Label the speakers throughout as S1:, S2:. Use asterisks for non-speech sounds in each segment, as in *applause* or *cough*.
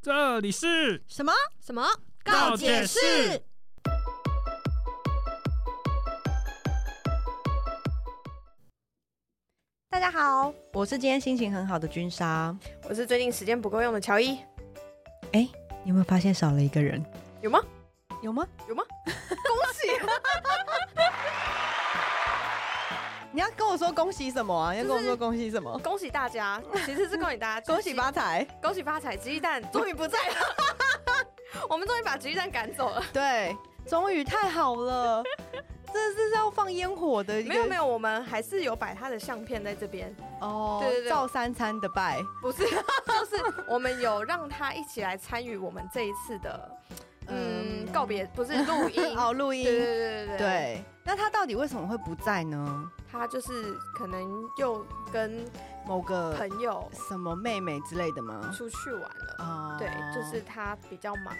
S1: 这里是
S2: 什么？
S3: 什么？
S1: 告解室。
S2: 大家好，我是今天心情很好的君莎。
S3: 我是最近时间不够用的乔伊，
S2: 你有没有发现少了一个人？
S3: 有吗？
S2: 有吗？
S3: 有吗？ *laughs* 恭喜！
S2: 你要跟我说恭喜什么啊？要跟我说恭喜什么？
S3: 恭喜大家，其实是 *laughs* 恭喜大家，
S2: 恭喜发财！
S3: 恭喜发财！吉利蛋终于不在了，我们终于把吉利蛋赶走 *laughs* 了。
S2: *laughs* 对，终于太好了，这是要放烟火的一个，
S3: 没有没有，我们还是有摆他的相片在这边，
S2: 哦，
S3: 对对对
S2: 照三餐的拜，，
S3: 不是， *laughs* 就是我们有让他一起来参与我们这一次的，嗯，告别不是录音 *laughs*
S2: 哦，录
S3: 对
S2: 音，
S3: 对对对，
S2: 对，那他到底为什么会不在呢？
S3: 他就是可能又跟
S2: 某个
S3: 朋友
S2: 什么妹妹之类的吗？
S3: 出去玩了。
S2: 哦，
S3: 对，就是他比较忙，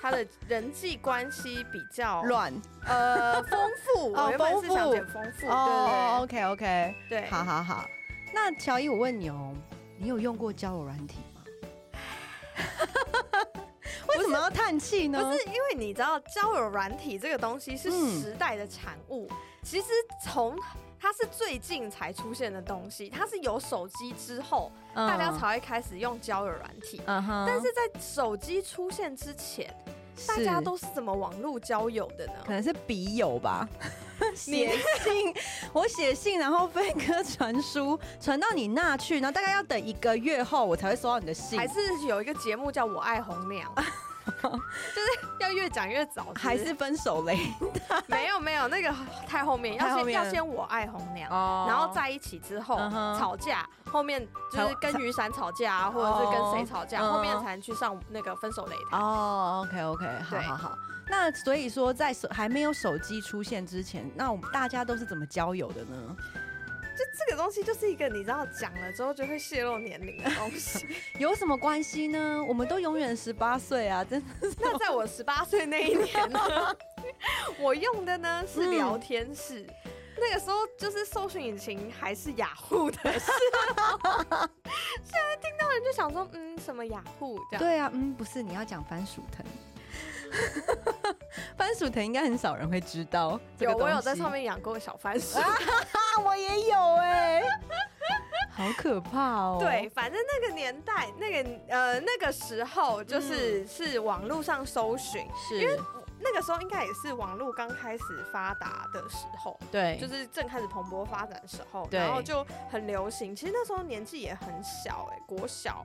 S3: 他的人际关系比较
S2: 哦乱
S3: 呃，丰富，
S2: *laughs* 哦
S3: 我原本是想
S2: 丰富
S3: 讲丰富，
S2: 哦
S3: 对
S2: ，OK OK，
S3: 对对，
S2: 好好好。那乔伊，我问你哦，你有用过交友软体吗？ *laughs* 为什么要叹气呢？
S3: 不是因为你知道交友软体这个东西是
S2: 嗯
S3: 时代的产物，其实从它是最近才出现的东西，它是有手机之后，
S2: 嗯
S3: 大家，才会开始用交友软体。
S2: 嗯哼
S3: 但是在手机出现之前，大家都是怎么网络交友的
S2: 可
S3: 呢？
S2: 能是笔友
S3: *laughs*
S2: 吧。写信，我写信，然后飞鸽传书，传到你那去，然后大概要等一个月后，我才会收到你的信
S3: 还。是有一个节目叫《我爱红娘》， *laughs* 就是要越讲越早，不
S2: 还是分手嘞？
S3: *laughs* 没有没有，那个太后面，
S2: 太
S3: 要
S2: 后
S3: 先
S2: 面了
S3: 要先我爱红娘，
S2: 哦
S3: 然后在一起之后
S2: 嗯哼
S3: 吵架，后面就是跟雨伞吵架啊，或者是跟谁吵架，
S2: 嗯
S3: 后面才能去上那个分手擂台。
S2: 哦，OK OK，好
S3: 对
S2: 好好。那所以说，在手还没有手机出现之前，那我们大家都是怎么交友的呢？
S3: 就这个东西就是一个你知道讲了之后就会泄露年龄的东西。
S2: 有什么关系呢？我们都永远十八岁啊，真的
S3: 那在我十八岁那一年呢， *laughs* 我用的呢是聊天室。那个时候就是搜寻引擎还是雅虎的时候，现在听到人就想说，嗯，什么雅虎这样？
S2: *laughs* 对啊，嗯，不是，你要讲番薯藤。 *laughs* 番薯藤应该很少人会知道这个
S3: 有，
S2: 东西。
S3: 我有在上面养过小番薯。
S2: 啊，我也有哎、 *laughs* 好可怕哦。
S3: *laughs* 对，，反正那个年代，那个呃那个时候，就是、
S2: 嗯
S3: 是网络上搜寻，
S2: 是，
S3: 因为那个时候应该也是网络刚开始发达的时候，
S2: 对，
S3: 就是正开始蓬勃发展的时候，
S2: 对
S3: 然后就很流行。其实那时候年纪也很小、哎，国小，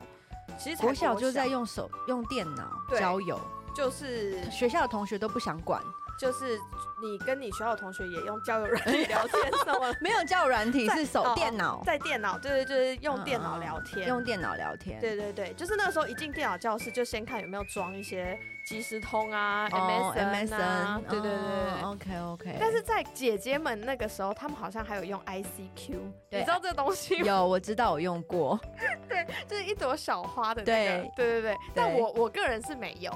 S3: 其实才
S2: 国小就在用手用电脑
S3: 对
S2: 交友，
S3: 就是
S2: 学校的同学都不想管，，
S3: 就是你跟你学校的同学也用交友软件聊天什么
S2: *laughs* 没有交友软体，
S3: 在
S2: 是手
S3: 哦
S2: 电脑
S3: 在电脑，对对，就是用电脑
S2: 嗯嗯嗯
S3: 聊天，
S2: 用电脑聊天。
S3: 对对对，就是那个时候一进电脑教室就先看有没有装一些即时通啊、
S2: 哦
S3: MSN 啊，对对对对。
S2: o k OK。
S3: 但是在姐姐们那个时候，她们好像还有用 ICQ，你
S2: 对
S3: 知道这个东西吗？
S2: 有我知道我用过，
S3: 就是一朵小花的那个，
S2: 对
S3: 对对对。但我我个人是没有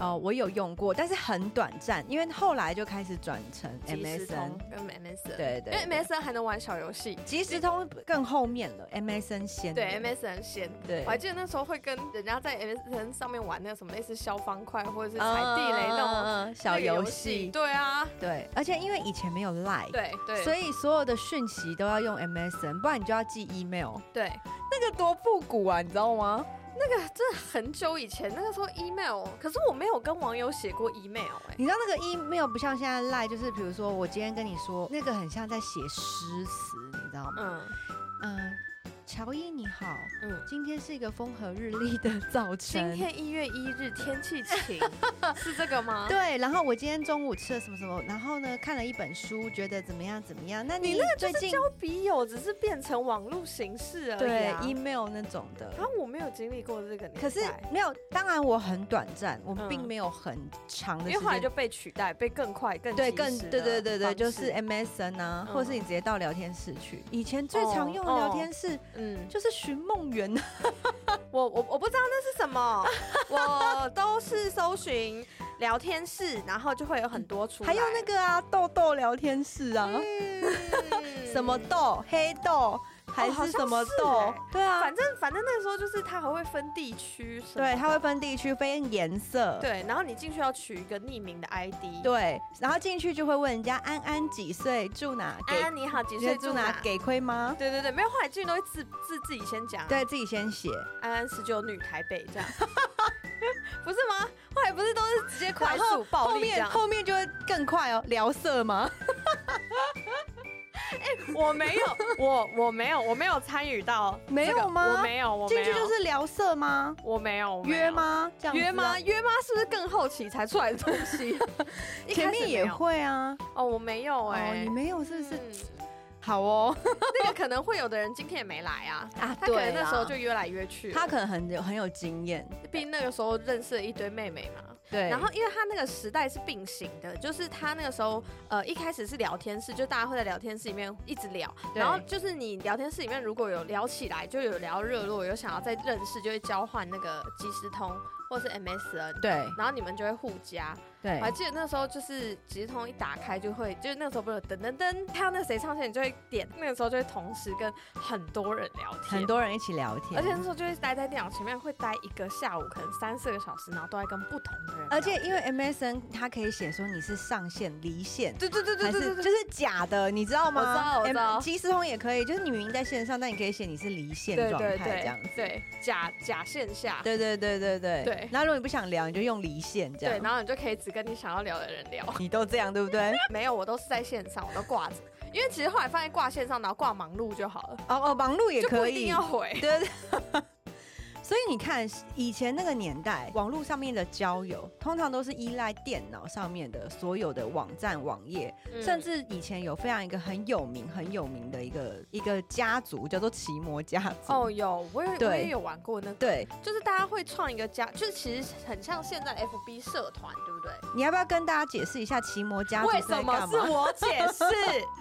S2: 哦，我有用过，但是很短暂，因为后来就开始转成
S3: 即时通
S2: MSN，
S3: 跟 MSN，，
S2: 对对，
S3: 因为 MSN 还能玩小游戏，
S2: 即时通更后面了，MSN 先
S3: 对 MSN 先。
S2: 对
S3: 我还记得那时候会跟人家在 MSN 上面玩那个什么类似消方块或者是踩地雷那种
S2: 种啊小
S3: 那个
S2: 游戏，
S3: 对啊，
S2: 对，而且因为以前没有 Line。
S3: 对对，
S2: 所
S3: 以
S2: 以所有的讯息都要用 MSN，不然你就要寄 email。
S3: 对。
S2: 那个多复古啊，你知道吗？
S3: 这很久以前，那个时候 email，可是我没有跟网友写过 email 哎、
S2: 你知道那个 email 不像现在 Line，就是比如说我今天跟你说，那个很像在写诗词，你知道吗？
S3: 嗯
S2: 嗯，乔伊你好，
S3: 嗯，
S2: 今天是一个风和日丽的 *laughs* 早
S3: 今
S2: 晨。
S3: 天一月一日天气 *laughs* 晴，是这个吗？
S2: 对，然后我今天中午吃了什么什么，然后呢看了一本书，觉得怎么样怎么样？那
S3: 你
S2: 你
S3: 那
S2: 最近
S3: 交笔友只是变成网络形式而已、
S2: 对
S3: 啊。，
S2: email 那种的，
S3: 然后我没有经历过这个年代，
S2: 可是没有，当然我很短暂，我
S3: 嗯
S2: 并没有很长的
S3: 因
S2: 时
S3: 为
S2: 间，
S3: 后来就被取代，被更快、更
S2: 对
S3: 及
S2: 更
S3: 时的
S2: 对对对对，
S3: 方式
S2: 就是 MSN 啊，
S3: 嗯
S2: 或是你直接到聊天室去。以前最常用的
S3: 哦
S2: 聊天室
S3: 嗯，
S2: 就是寻梦园啊，
S3: 我我我不知道那是什
S2: *laughs*
S3: 么，我都是搜寻聊天室，然后就会有很多出来，
S2: 还有那个啊豆豆聊天室啊，
S3: 嗯
S2: 什么豆黑豆。还
S3: 好
S2: 是
S3: 像
S2: 什么
S3: 是
S2: 豆
S3: 欸？
S2: 对
S3: *laughs*
S2: 啊
S3: 反，正反正那个时候就是它还会分地区什么的，
S2: 对，它会分地区、分颜色。
S3: 啊对，然后你进去要取一个匿名的 ID，，
S2: 对，然后进去就会问人家安安几岁，住哪，
S3: 安
S2: 给
S3: 啊安你好，几
S2: 你
S3: 岁
S2: 说
S3: 住
S2: 住哪，给亏吗？
S3: 对对对，没有，后来进去都会自自自己先讲，，啊
S2: 对自己先写，
S3: 安安十九女台北这样， *laughs* 不是吗？后来不是都是直接快
S2: 然
S3: 速暴
S2: 后
S3: 力这
S2: 面
S3: 样？
S2: 后面就会更快哦，聊色吗？
S3: 我没有，我我没有，我没有参与到这个，
S2: 没有吗
S3: 我没有，我没
S2: 进
S3: 有
S2: 去就是聊色吗？
S3: 我没有我没有
S2: 约？吗？这样子啊
S3: 约吗？？约吗？是不是更后期才出来的东 *laughs* 西？一
S2: 前
S3: 开始
S2: 面
S3: 没
S2: 也
S3: 有
S2: 会啊，
S3: 哦，我没有
S2: 哦，
S3: 哎、
S2: 你没有是不是？
S3: 嗯
S2: 好哦，
S3: 那个可能会有的人今天也没来 *laughs* 啊，
S2: 啊，
S3: 他可能那时候就约来约去，
S2: 他可能很有很有经验，
S3: 毕竟那个时候认识了一堆妹妹嘛。
S2: 对，
S3: 然后，因为他那个时代是并行的，就是他那个时候，呃，一开始是聊天室，就大家会在聊天室里面一直聊，
S2: 对
S3: 然后就是你聊天室里面如果有聊起来，就有聊热络，有想要再认识，就会交换那个即时通或是 MSN，
S2: 对
S3: 然后你们就会互加。
S2: 对
S3: 我还记得那时候就是即时通一打开就会，就是那个时候不是有噔噔噔，看到那谁上线你就会点，那个时候就会同时跟很多人聊天，
S2: 很多人一起聊天，
S3: 而且那时候就会待在电脑前面，会待一个下午，可能三四个小时，然后都在跟不同的人聊天。
S2: 而且因为 MSN 它可以写说你是上线、离线。
S3: 对对对对
S2: 还
S3: 对
S2: 是
S3: 对
S2: 就
S3: 对，
S2: 是假的，你知道吗？
S3: 我知道我知道
S2: M- 即时通也可以，就是你明明在线上，但你可以写你是离线
S3: 对
S2: 状
S3: 对
S2: 态这样
S3: 对
S2: 子。
S3: 对假假线下，
S2: 对对对对对
S3: 对
S2: 然后如果你不想聊，你就用离线这
S3: 对，
S2: 样。
S3: 然后你就可以只跟你想要聊的人聊。 *laughs*
S2: 你都这样对不对？
S3: 没有，我都是在线上，我都挂着，因为其实后来发现挂线上，然后挂忙碌就好了，
S2: 哦哦，忙碌也
S3: 就不
S2: 可
S3: 一定
S2: 以
S3: 要。回。
S2: 对。对所以你看，以前那个年代，网络上面的交友通常都是依赖电脑上面的所有的网站、网页，
S3: 嗯
S2: *laughs* 甚至以前有非常一个很有名、很有名的一个一个家族，叫做奇摩家族。
S3: 哦，有我也我
S2: 对
S3: 也有玩过那个，
S2: 对，
S3: 就是大家会创一个家，就是其实很像现在的 FB 社团，对不对？
S2: 你要不要跟大家解释一下奇摩家族
S3: 为
S2: 是在
S3: 什么
S2: 干
S3: 是
S2: 嘛？
S3: 我解释？ *laughs*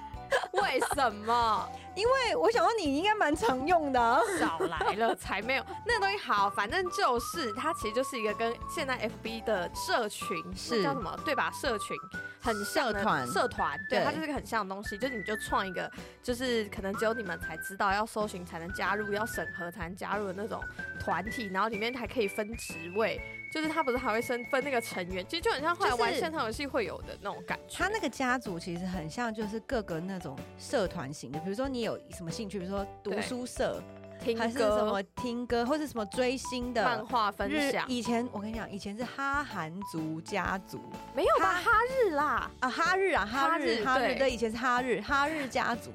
S3: 为什么？
S2: 对，我想问你，你应该蛮常用的啊、
S3: 少来了才没有那个东西好，反正就是它其实就是一个跟现在 FB 的社群
S2: 是
S3: 那叫什么对吧？社群 *laughs* 很像的
S2: 社团
S3: 社团对
S2: 对
S3: 它就是一个很像的东西，就是你就创一个，就是可能只有你们才知道要搜寻才能加入，要审核才能加入的那种团体，然后里面还可以分职位。就是它不是还会分分那个成员，其实就很像后来
S2: 就是
S3: 玩线上游戏会有的那种感觉。
S2: 他那个家族其实很像，就是各个那种社团型的，比如说你有什么兴趣，比如说读
S3: 对
S2: 书社，
S3: 听
S2: 还是什
S3: 歌
S2: 么、听歌，或是什么追星
S3: 漫
S2: 的。
S3: 画分
S2: 日
S3: 享，
S2: 以前我跟你讲，以前是哈韩族家族
S3: 没有吧？
S2: 哈
S3: 哈日啦，
S2: 啊，哈日啊，哈日
S3: 哈
S2: 哈
S3: 日
S2: 日，
S3: 对
S2: 对，以前是哈日哈日家族。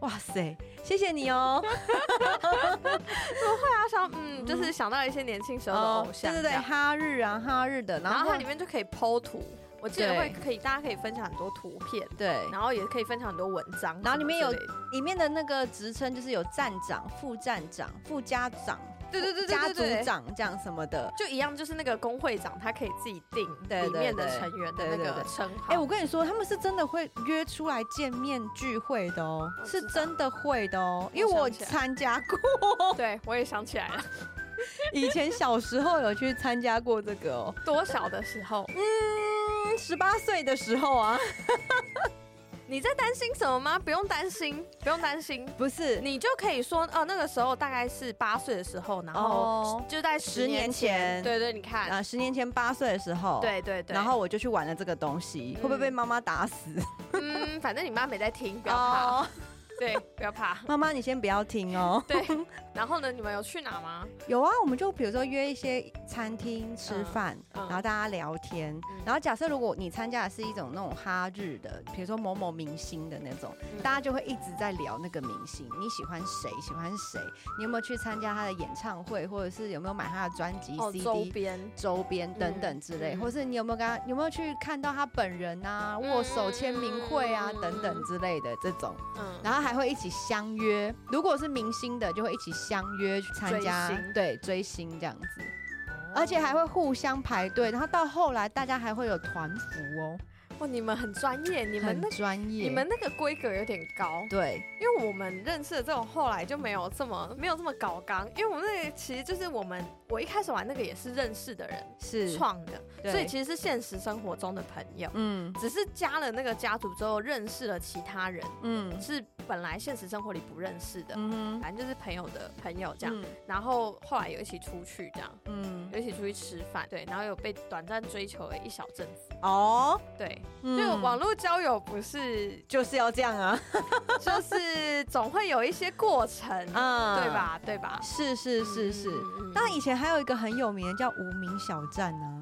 S2: 哇塞，谢谢你
S3: *laughs*
S2: 哦。
S3: 他想，嗯，就是想到一些年轻时候的偶像，
S2: 哦对对对，
S3: 这样
S2: 哈日啊，哈日的，然
S3: 然后
S2: 后
S3: 它里面就可以剖图，我记得
S2: 对
S3: 会可以，大家可以分享很多图片，
S2: 对，
S3: 然后也可以分享很多文章，
S2: 然后里面有
S3: 什么之类的
S2: 里面的那个职称就是有站长、副站长、副家长、
S3: 对对对
S2: 家
S3: 对对
S2: 族
S3: 对。
S2: 长这样什么的。
S3: 就一样，就是那个工会长，他可以自己定
S2: 对
S3: 里
S2: 对
S3: 面的
S2: 对
S3: 成员的
S2: 对
S3: 那
S2: 对
S3: 个
S2: 对
S3: 称号。
S2: 哎、我跟你说，他们是真的会约出来见面聚会的哦，
S3: 我知
S2: 是
S3: 道
S2: 真的会的哦，因为
S3: 我
S2: 我
S3: 想起来
S2: 参加过， *laughs*
S3: 对我也想起来了，
S2: 以前小时候有去参加过这个哦，
S3: 多小的时候，
S2: 嗯，十八岁的时候啊，
S3: 你在担心什么吗？不用担心，不用担心，
S2: 不是，
S3: 你就可以说，哦、那个时候大概是八岁的时候，然后
S2: 哦
S3: 就在十
S2: 十年
S3: 年前，
S2: 前
S3: 对对，你看，
S2: 啊，十年前八岁的时候，，
S3: 对对对，
S2: 然后我就去玩了这个东西，会不会被
S3: 嗯
S2: 妈妈打死？
S3: 嗯，反正你妈没在听，不要怕，
S2: 哦，
S3: 对，不要
S2: *laughs*
S3: 怕。
S2: 妈妈你先不要听哦。
S3: 对，然后呢，你们有去哪吗？
S2: 有啊，我们就比如说约一些餐厅吃饭，
S3: 嗯
S2: 然后大家聊天。
S3: 嗯
S2: 然后假设如果你参加的是一种那种哈日的，比如说某某明星的那种，
S3: 嗯
S2: 大家就会一直在聊那个明星，你喜欢谁，喜欢谁，你有没有去参加他的演唱会，或者是有没有买他的专辑、
S3: 哦，周
S2: CD。
S3: 边，
S2: 周边等等之
S3: 嗯
S2: 类，
S3: 嗯
S2: 或是你有没有跟他有没有去看到他本人啊，握手签名会啊、
S3: 嗯
S2: 等等之类的这种，
S3: 嗯，
S2: 然后还会一起相约，如果是明星的，就会一起相约去参加
S3: 追星，
S2: 对，追星这样子，而且还会互相排队，然后到后来大家还会有团服哦，
S3: 哇，你们很专业，你们那
S4: 很专业，
S3: 你们那个规格有点高，
S2: 对，
S3: 因为我们认识的这种后来就没有这么没有这么搞刚，因为我们那个其实就是我们我一开始玩那个也是认识的人
S2: 是，
S3: 创的，
S2: 对
S3: 所以其实是现实生活中的朋友，
S2: 嗯
S3: 只是加了那个家族之后认识了其他人，
S2: 嗯
S3: 是本来现实生活里不认识的，
S2: 嗯哼，
S3: 反正就是朋友的朋友这样，
S2: 嗯
S3: 然后后来有一起出去这样，
S2: 嗯
S3: 有一起出去吃饭，对，然后有被短暂追求了一小阵子，
S2: 哦，
S3: 对，
S2: 嗯
S3: 就网络交友不是
S2: 就是要这样啊，
S3: 就是总会有一些过程，
S2: 啊
S3: 对？吧？对吧？
S2: 是是是是。
S3: 嗯嗯嗯
S2: 当然，以前还有一个很有名的叫无名小站啊，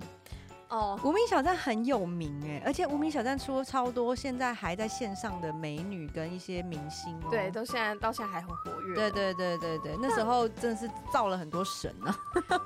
S3: 哦，
S2: 无名小站很有名哎、而且无名小站出了超多现在还在线上的美女跟一些明星哦、
S3: 对，都现在到现在还很活跃。
S2: 对，对对对对，那时候真的是造了很多神啊。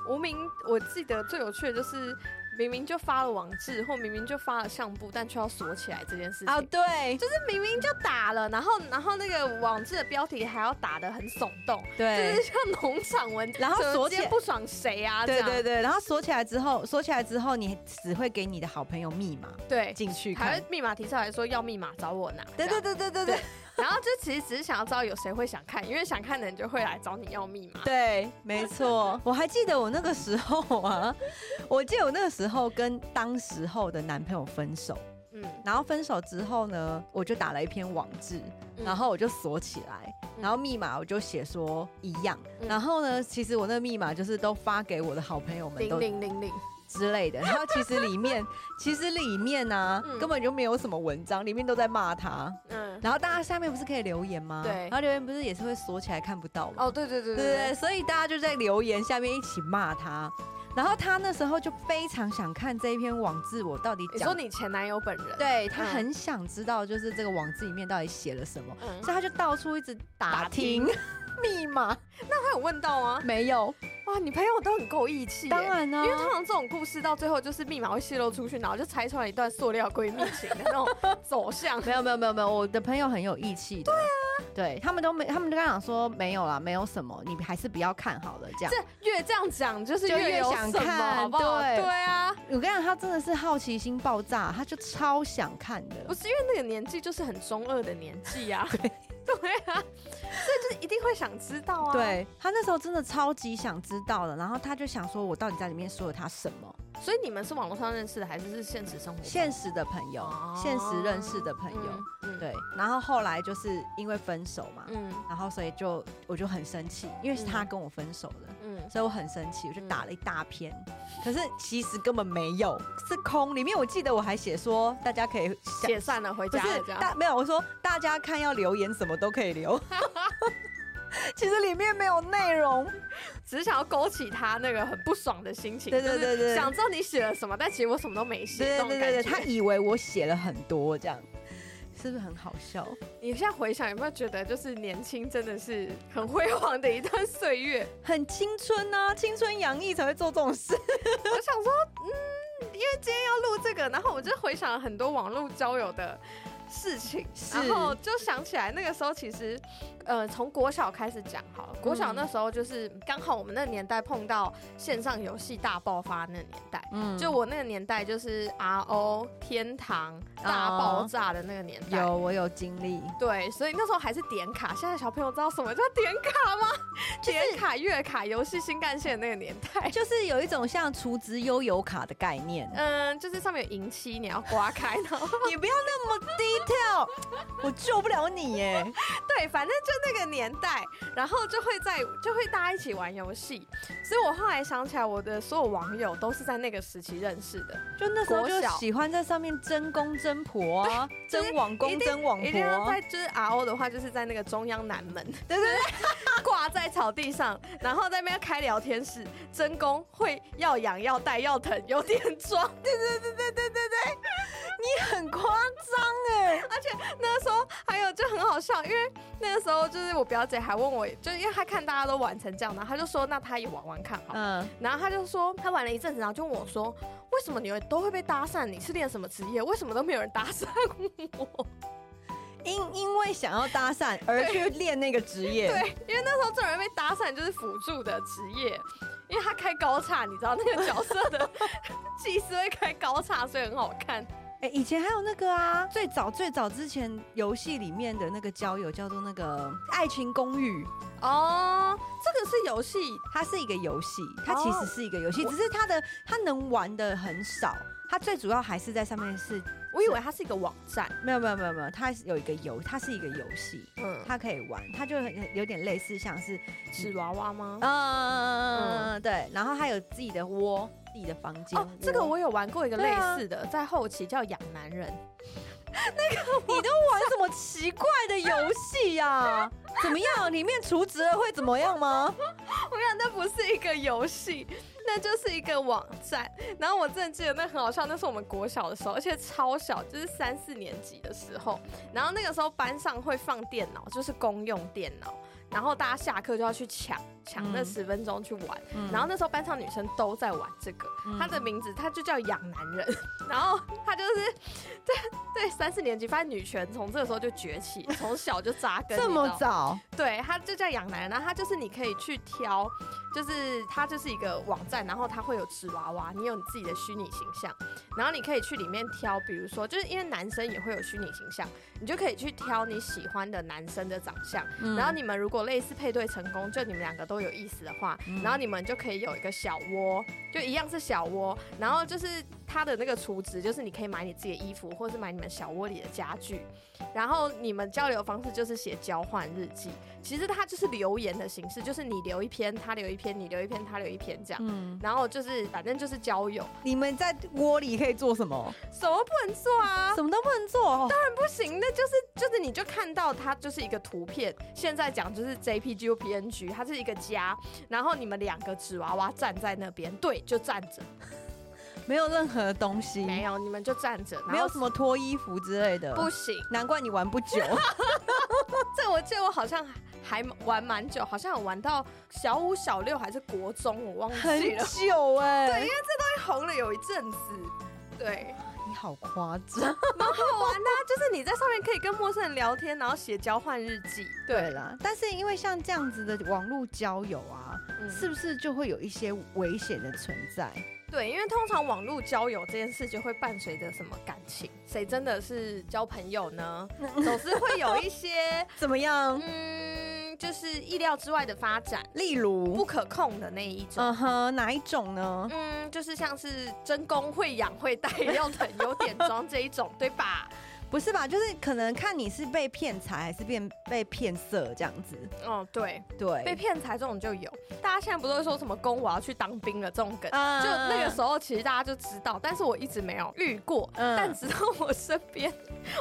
S3: 无名我记得最有趣的就是明明就发了网志，或明明就发了相簿，但却要锁起来这件事情。
S2: 啊，对
S3: 就是明明就打了，然后然后那个网志的标题还要打的很耸动，就是
S2: 对
S3: 像农场文，
S2: 然后
S3: 什么
S2: 锁起
S3: 今天不爽谁啊？这
S2: 对
S3: 样
S2: 对对，然后锁起来之后，锁起来之后，你只会给你的好朋友密码
S3: 对，
S2: 进去
S3: 还
S2: 看
S3: 会。密码提出来说要密码找我拿。
S2: 对
S3: 这
S2: 对
S3: 样
S2: 对对对对
S3: 然后就其实只是想要知道有谁会想看，因为想看的人就会来找你要密码。
S2: 对，没错。我还记得我那个时候啊，我记得我那个时候跟当时候的男朋友分手，
S3: 嗯，
S2: 然后分手之后呢，我就打了一篇网志，
S3: 嗯
S2: 然后我就锁起来，
S3: 嗯
S2: 然后密码我就写说一样。
S3: 嗯
S2: 然后呢，其实我那个密码就是都发给我的好朋友们
S3: 零
S2: 都
S3: 零零零，
S2: 之类的。然后其实里面，其实里面呢、
S3: 嗯
S2: 根本就没有什么文章，里面都在骂他。
S3: 嗯，
S2: 然后大家下面不是可以留言吗？
S3: 对
S2: 然后留言不是也是会锁起来看不到吗？
S3: 哦，对对对
S2: 对对对，所以大家就在留言下面一起骂他。然后他那时候就非常想看这一篇网志，我到底
S3: 你说
S2: 讲。
S3: 你前男友本人，，
S2: 对他
S3: 嗯
S2: 很想知道，就是这个网志里面到底写了什么，
S3: 嗯，
S2: 所以他就到处一直打
S3: 打听
S2: 听 *laughs* 密码，
S3: 他有问到吗？
S2: 没有，
S3: 哇，你朋友都很够义气耶，
S2: *laughs* 当然啊呢、
S3: 因为通常这种故事到最后就是密码会泄露出去，然后就拆穿了一段塑料闺蜜情的那种走向。
S2: 没有没有没有没有，我的朋友很有义气的。对啊，对他们都没，他们都刚讲说没有啦，没有什么，你还是不要看好了这样。
S3: *laughs* 这越这样讲，就是
S2: 就越
S3: 有
S2: 想
S3: 什么，
S2: 看
S3: 好不好？
S2: 对
S3: 对啊，
S2: 我跟你讲，他真的是好奇心爆炸，他就超想看的。
S3: 不是因为那个年纪就是很中二的年纪
S2: *laughs*
S3: 啊， *laughs* 对啊，所以就是一定会想知道啊。，
S2: 对他那时候真的超级想知道的，然后他就想说，我到底在里面说了他什么？
S3: 所以你们是网络上认识的，还是是现实生活中？
S2: 现实的朋友，现实认识的朋友，
S3: 嗯，嗯，
S2: 对。然后后来就是因为分手嘛，
S3: 嗯
S2: 然后所以就我就很生气，因为是他跟我分手的。
S3: 嗯，
S2: 所以我很生气，我就打了一大篇，可是其实根本没有，是空。里面我记得我还写说，大家可以想
S3: 解散了，回
S2: 不
S3: 家
S2: 是
S3: 了这样。
S2: 大没有，我说大家看要留言什么都可
S3: *laughs*
S2: 以留，其实里面没有内容。
S3: 只是想要勾起他那个很不爽的心情，
S2: 对对对
S3: 就
S2: 对
S3: 是想知道你写了什么，但其实我什么都没写，这
S2: 对对
S3: 种
S2: 对
S3: 感觉。
S2: 对对，他以为我写了很多这样。是不是很好笑？
S3: 你现在回想有没有觉得，就是年轻真的是很辉煌的一段岁月？
S2: 很青春啊，青春洋溢才会做这种事。
S3: 我想说，嗯，因为今天要录这个，然后我就回想了很多网络交友的事情，
S2: *laughs* 是
S3: 然后就想起来那个时候其实，呃，从国小开始讲好了。
S2: 嗯
S3: 国小那时候就是刚好我们那个年代碰到线上游戏大爆发那个年代。
S2: 嗯
S3: 就我那个年代，就是 R O 天堂大爆炸的那个年代，
S2: 哦有我有经历，
S3: 对，所以那时候还是点卡。现在小朋友知道什么叫点卡
S2: *laughs*
S3: 吗？点卡、月卡、游戏新干线的那个年代，
S2: *laughs* 就是有一种像储值悠游卡的概念。
S3: 嗯，就是上面有银漆，你要刮开，然后
S2: *laughs* 你不要那么 detail，我救不了你耶。
S3: *laughs* 对，反正就那个年代，然后就会在就会大家一起玩游戏。所以我后来想起来，我的所有网友都是在那个时期认识的，
S2: *laughs* 就那时候
S3: 国
S2: 就
S3: 小
S2: 喜欢在上面争公争婆啊，
S3: 就是
S2: 争网公
S3: 一定
S2: 争网
S3: 一定要
S2: 婆啊
S3: 在，就是 R O 的话，就是在那个中央南 *laughs* 门，对对对，挂在草地上， *laughs* 然后在那边开聊天室，真功会要痒要带要疼，有点 *laughs* 装。 *laughs*
S2: 很夸张哎。
S3: 欸那个时候还有就很好笑，因为那个时候就是我表姐还问我，就是因为她看大家都玩成这样，然后她就说那她也玩玩看好了。
S2: 嗯，
S3: 然后她就说她玩了一阵子，然后就问我说，为什么你们都会被搭讪？你是练什么职业？为什么都没有人搭讪我？
S2: 因因为想要搭讪而去练那个职业，
S3: 对，因为那时候最容易被搭讪就是辅助的职业，因 *laughs* 为他开高叉，你知道那个角色的技师会开高叉，所以很好看。
S2: 哎、以前还有那个啊，最早最早之前游戏里面的那个交友叫做那个《爱情公寓》，
S3: 哦，这个是游戏
S2: 它是一个游戏，它其实是一个游戏，
S3: 哦
S2: 只是它的它能玩的很少。它最主要还是在上面是
S3: 我以为它是一个网站，
S2: 没有没有没有没有，它有一个游，它是一个游戏，
S3: 嗯，
S2: 它可以玩，它就很有点类似像是
S3: 纸娃娃吗？
S2: 嗯，对，然后还有自己的窝，自己的房间。
S3: 哦，这个
S2: 窝
S3: 我有玩过一个
S2: 对
S3: 类
S2: 啊
S3: 似的，在后期叫养男人，
S2: 玩什么奇怪的游戏啊呀？ *laughs* 怎么样？里面除职了会怎么样吗？
S3: 我跟你讲，那不是一个游戏，那就是一个网站。然后我真的记得那很好笑，那是我们国小的时候，而且超小，就是三四年级的时候。然后那个时候班上会放电脑，就是公用电脑，然后大家下课就要去抢抢那
S2: 嗯
S3: 十分钟去玩。
S2: 嗯
S3: 然后那时候班上女生都在玩这个，
S2: 嗯
S3: 她的名字她就叫养男人， *laughs* 然后她就是 *laughs* 对对三四年级，发现女权从这个时候就崛起，从小就扎根。
S2: 这
S3: 你知道
S2: 么
S3: 吗
S2: 早？
S3: 对，它就叫养男人，然后它就是你可以去挑，就是它就是一个网站，然后它会有纸娃娃，你有你自己的虚拟形象，然后你可以去里面挑，比如说就是因为男生也会有虚拟形象，你就可以去挑你喜欢的男生的长相，
S2: 嗯
S3: 然后你们如果类似配对成功，就你们两个都有意思的话，
S2: 嗯
S3: 然后你们就可以有一个小窝，就一样是小窝，然后就是它的那个储值，就是你可以买你自己的衣服，或者是买你们小窝里的家具，然后你们交流方式就是写交换日记，其实它就是留言的形式，就是你留一篇，他留一篇，你留一篇，他留一篇这样。
S2: 嗯，
S3: 然后就是，反正就是交友，
S2: 你们在窝里可以做什么？
S3: 什么不能做啊？
S2: 什么都不能做。
S3: 不行，那就是就是你就看到它就是一个图片，现在讲就是 JPG 或 PNG，它是一个家，然后你们两个纸娃娃站在那边，对，就站着，
S2: 没有任何东西，
S3: 没有你们就站着，然后
S2: 没有什么脱衣服之类的。
S3: 不，行，
S2: 难怪你玩不
S3: *laughs*
S2: 久。
S3: 这我记得我好像还玩蛮久，好像有玩到小五小六还是国中，我忘 *laughs*
S2: 很
S3: 记了，
S2: 久哎、
S3: 对，因为这东西红了有一阵子，对，
S2: 你好夸张。
S3: 蛮好玩的啊、啊就是你在上面可以跟陌生人聊天，然后写交换日记，
S2: 对啦，但是因为像这样子的网络交友啊，
S3: 嗯
S2: 是不是就会有一些危险的存在？
S3: 对，因为通常网络交友这件事就会伴随着什么感情？谁真的是交朋友呢？总是会有一些，
S2: 怎么样？
S3: 嗯，就是意料之外的发展，
S2: 例
S3: 不
S2: 如，
S3: 可控的那一种。
S2: 嗯哼，哪一种呢？
S3: 嗯，就是像是真功会养会带，要等有点装这一种，对吧？
S2: 不是吧？就是可能看你是被骗财还是变被骗色这样子。
S3: 哦，对，被
S2: 对，
S3: 骗财这种就有。大家现在不都会说什么公我要去当兵了这种梗？
S2: 啊
S3: 就那个时候，其实大家就知道，但是我一直没有遇过。
S2: 嗯
S3: 但直到我身边，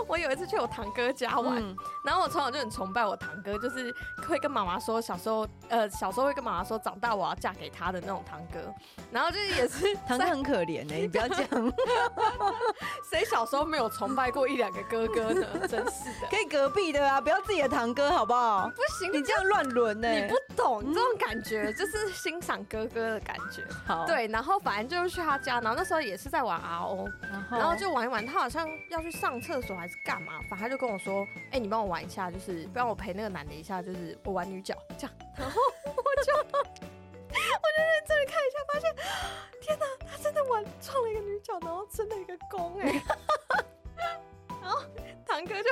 S3: 我有一次去我堂哥家玩，
S2: 嗯
S3: 然后我从小就很崇拜我堂哥，就是会跟妈妈说小时候，呃，小时候会跟妈妈说长大我要嫁给他的那种堂哥。然后就是也是 *laughs*
S2: 堂哥很可怜呢、你不要这样，
S3: 谁小时候没有崇拜过一两个哥哥呢？真是
S2: *laughs*
S3: 的，
S2: 可以隔壁的啊，不要自己的堂哥好不好？
S3: 不行，
S2: *laughs* 你这样乱伦欸呢？
S3: 你不懂你这种感觉，就是欣赏哥哥的感 *laughs* 觉。
S2: *laughs* 好，
S3: 对，然后反正就是去他家，然后那时候也是在玩 RO，
S2: 然后
S3: 然后就玩一玩，他好像要去上厕所还是干嘛，反正他就跟我说：“哎、你帮我玩一下，就是不然我陪那个男的一下，就是我玩女角这样。”然后我就我就认真的看一下，发现天哪，他真的玩创了一个女角，然后真的一个攻哎、 *laughs* 然后堂哥就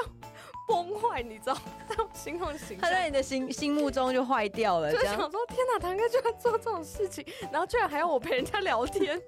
S3: 崩坏，你 *laughs* 知道，在我心中的形
S2: 他
S3: 象。
S2: 在你的心心目中就坏掉了，
S3: 就
S2: 这
S3: 想
S2: 样。
S3: 说，天哪，堂哥居然做这种事情， *laughs* 然后居然还要我陪人家聊天，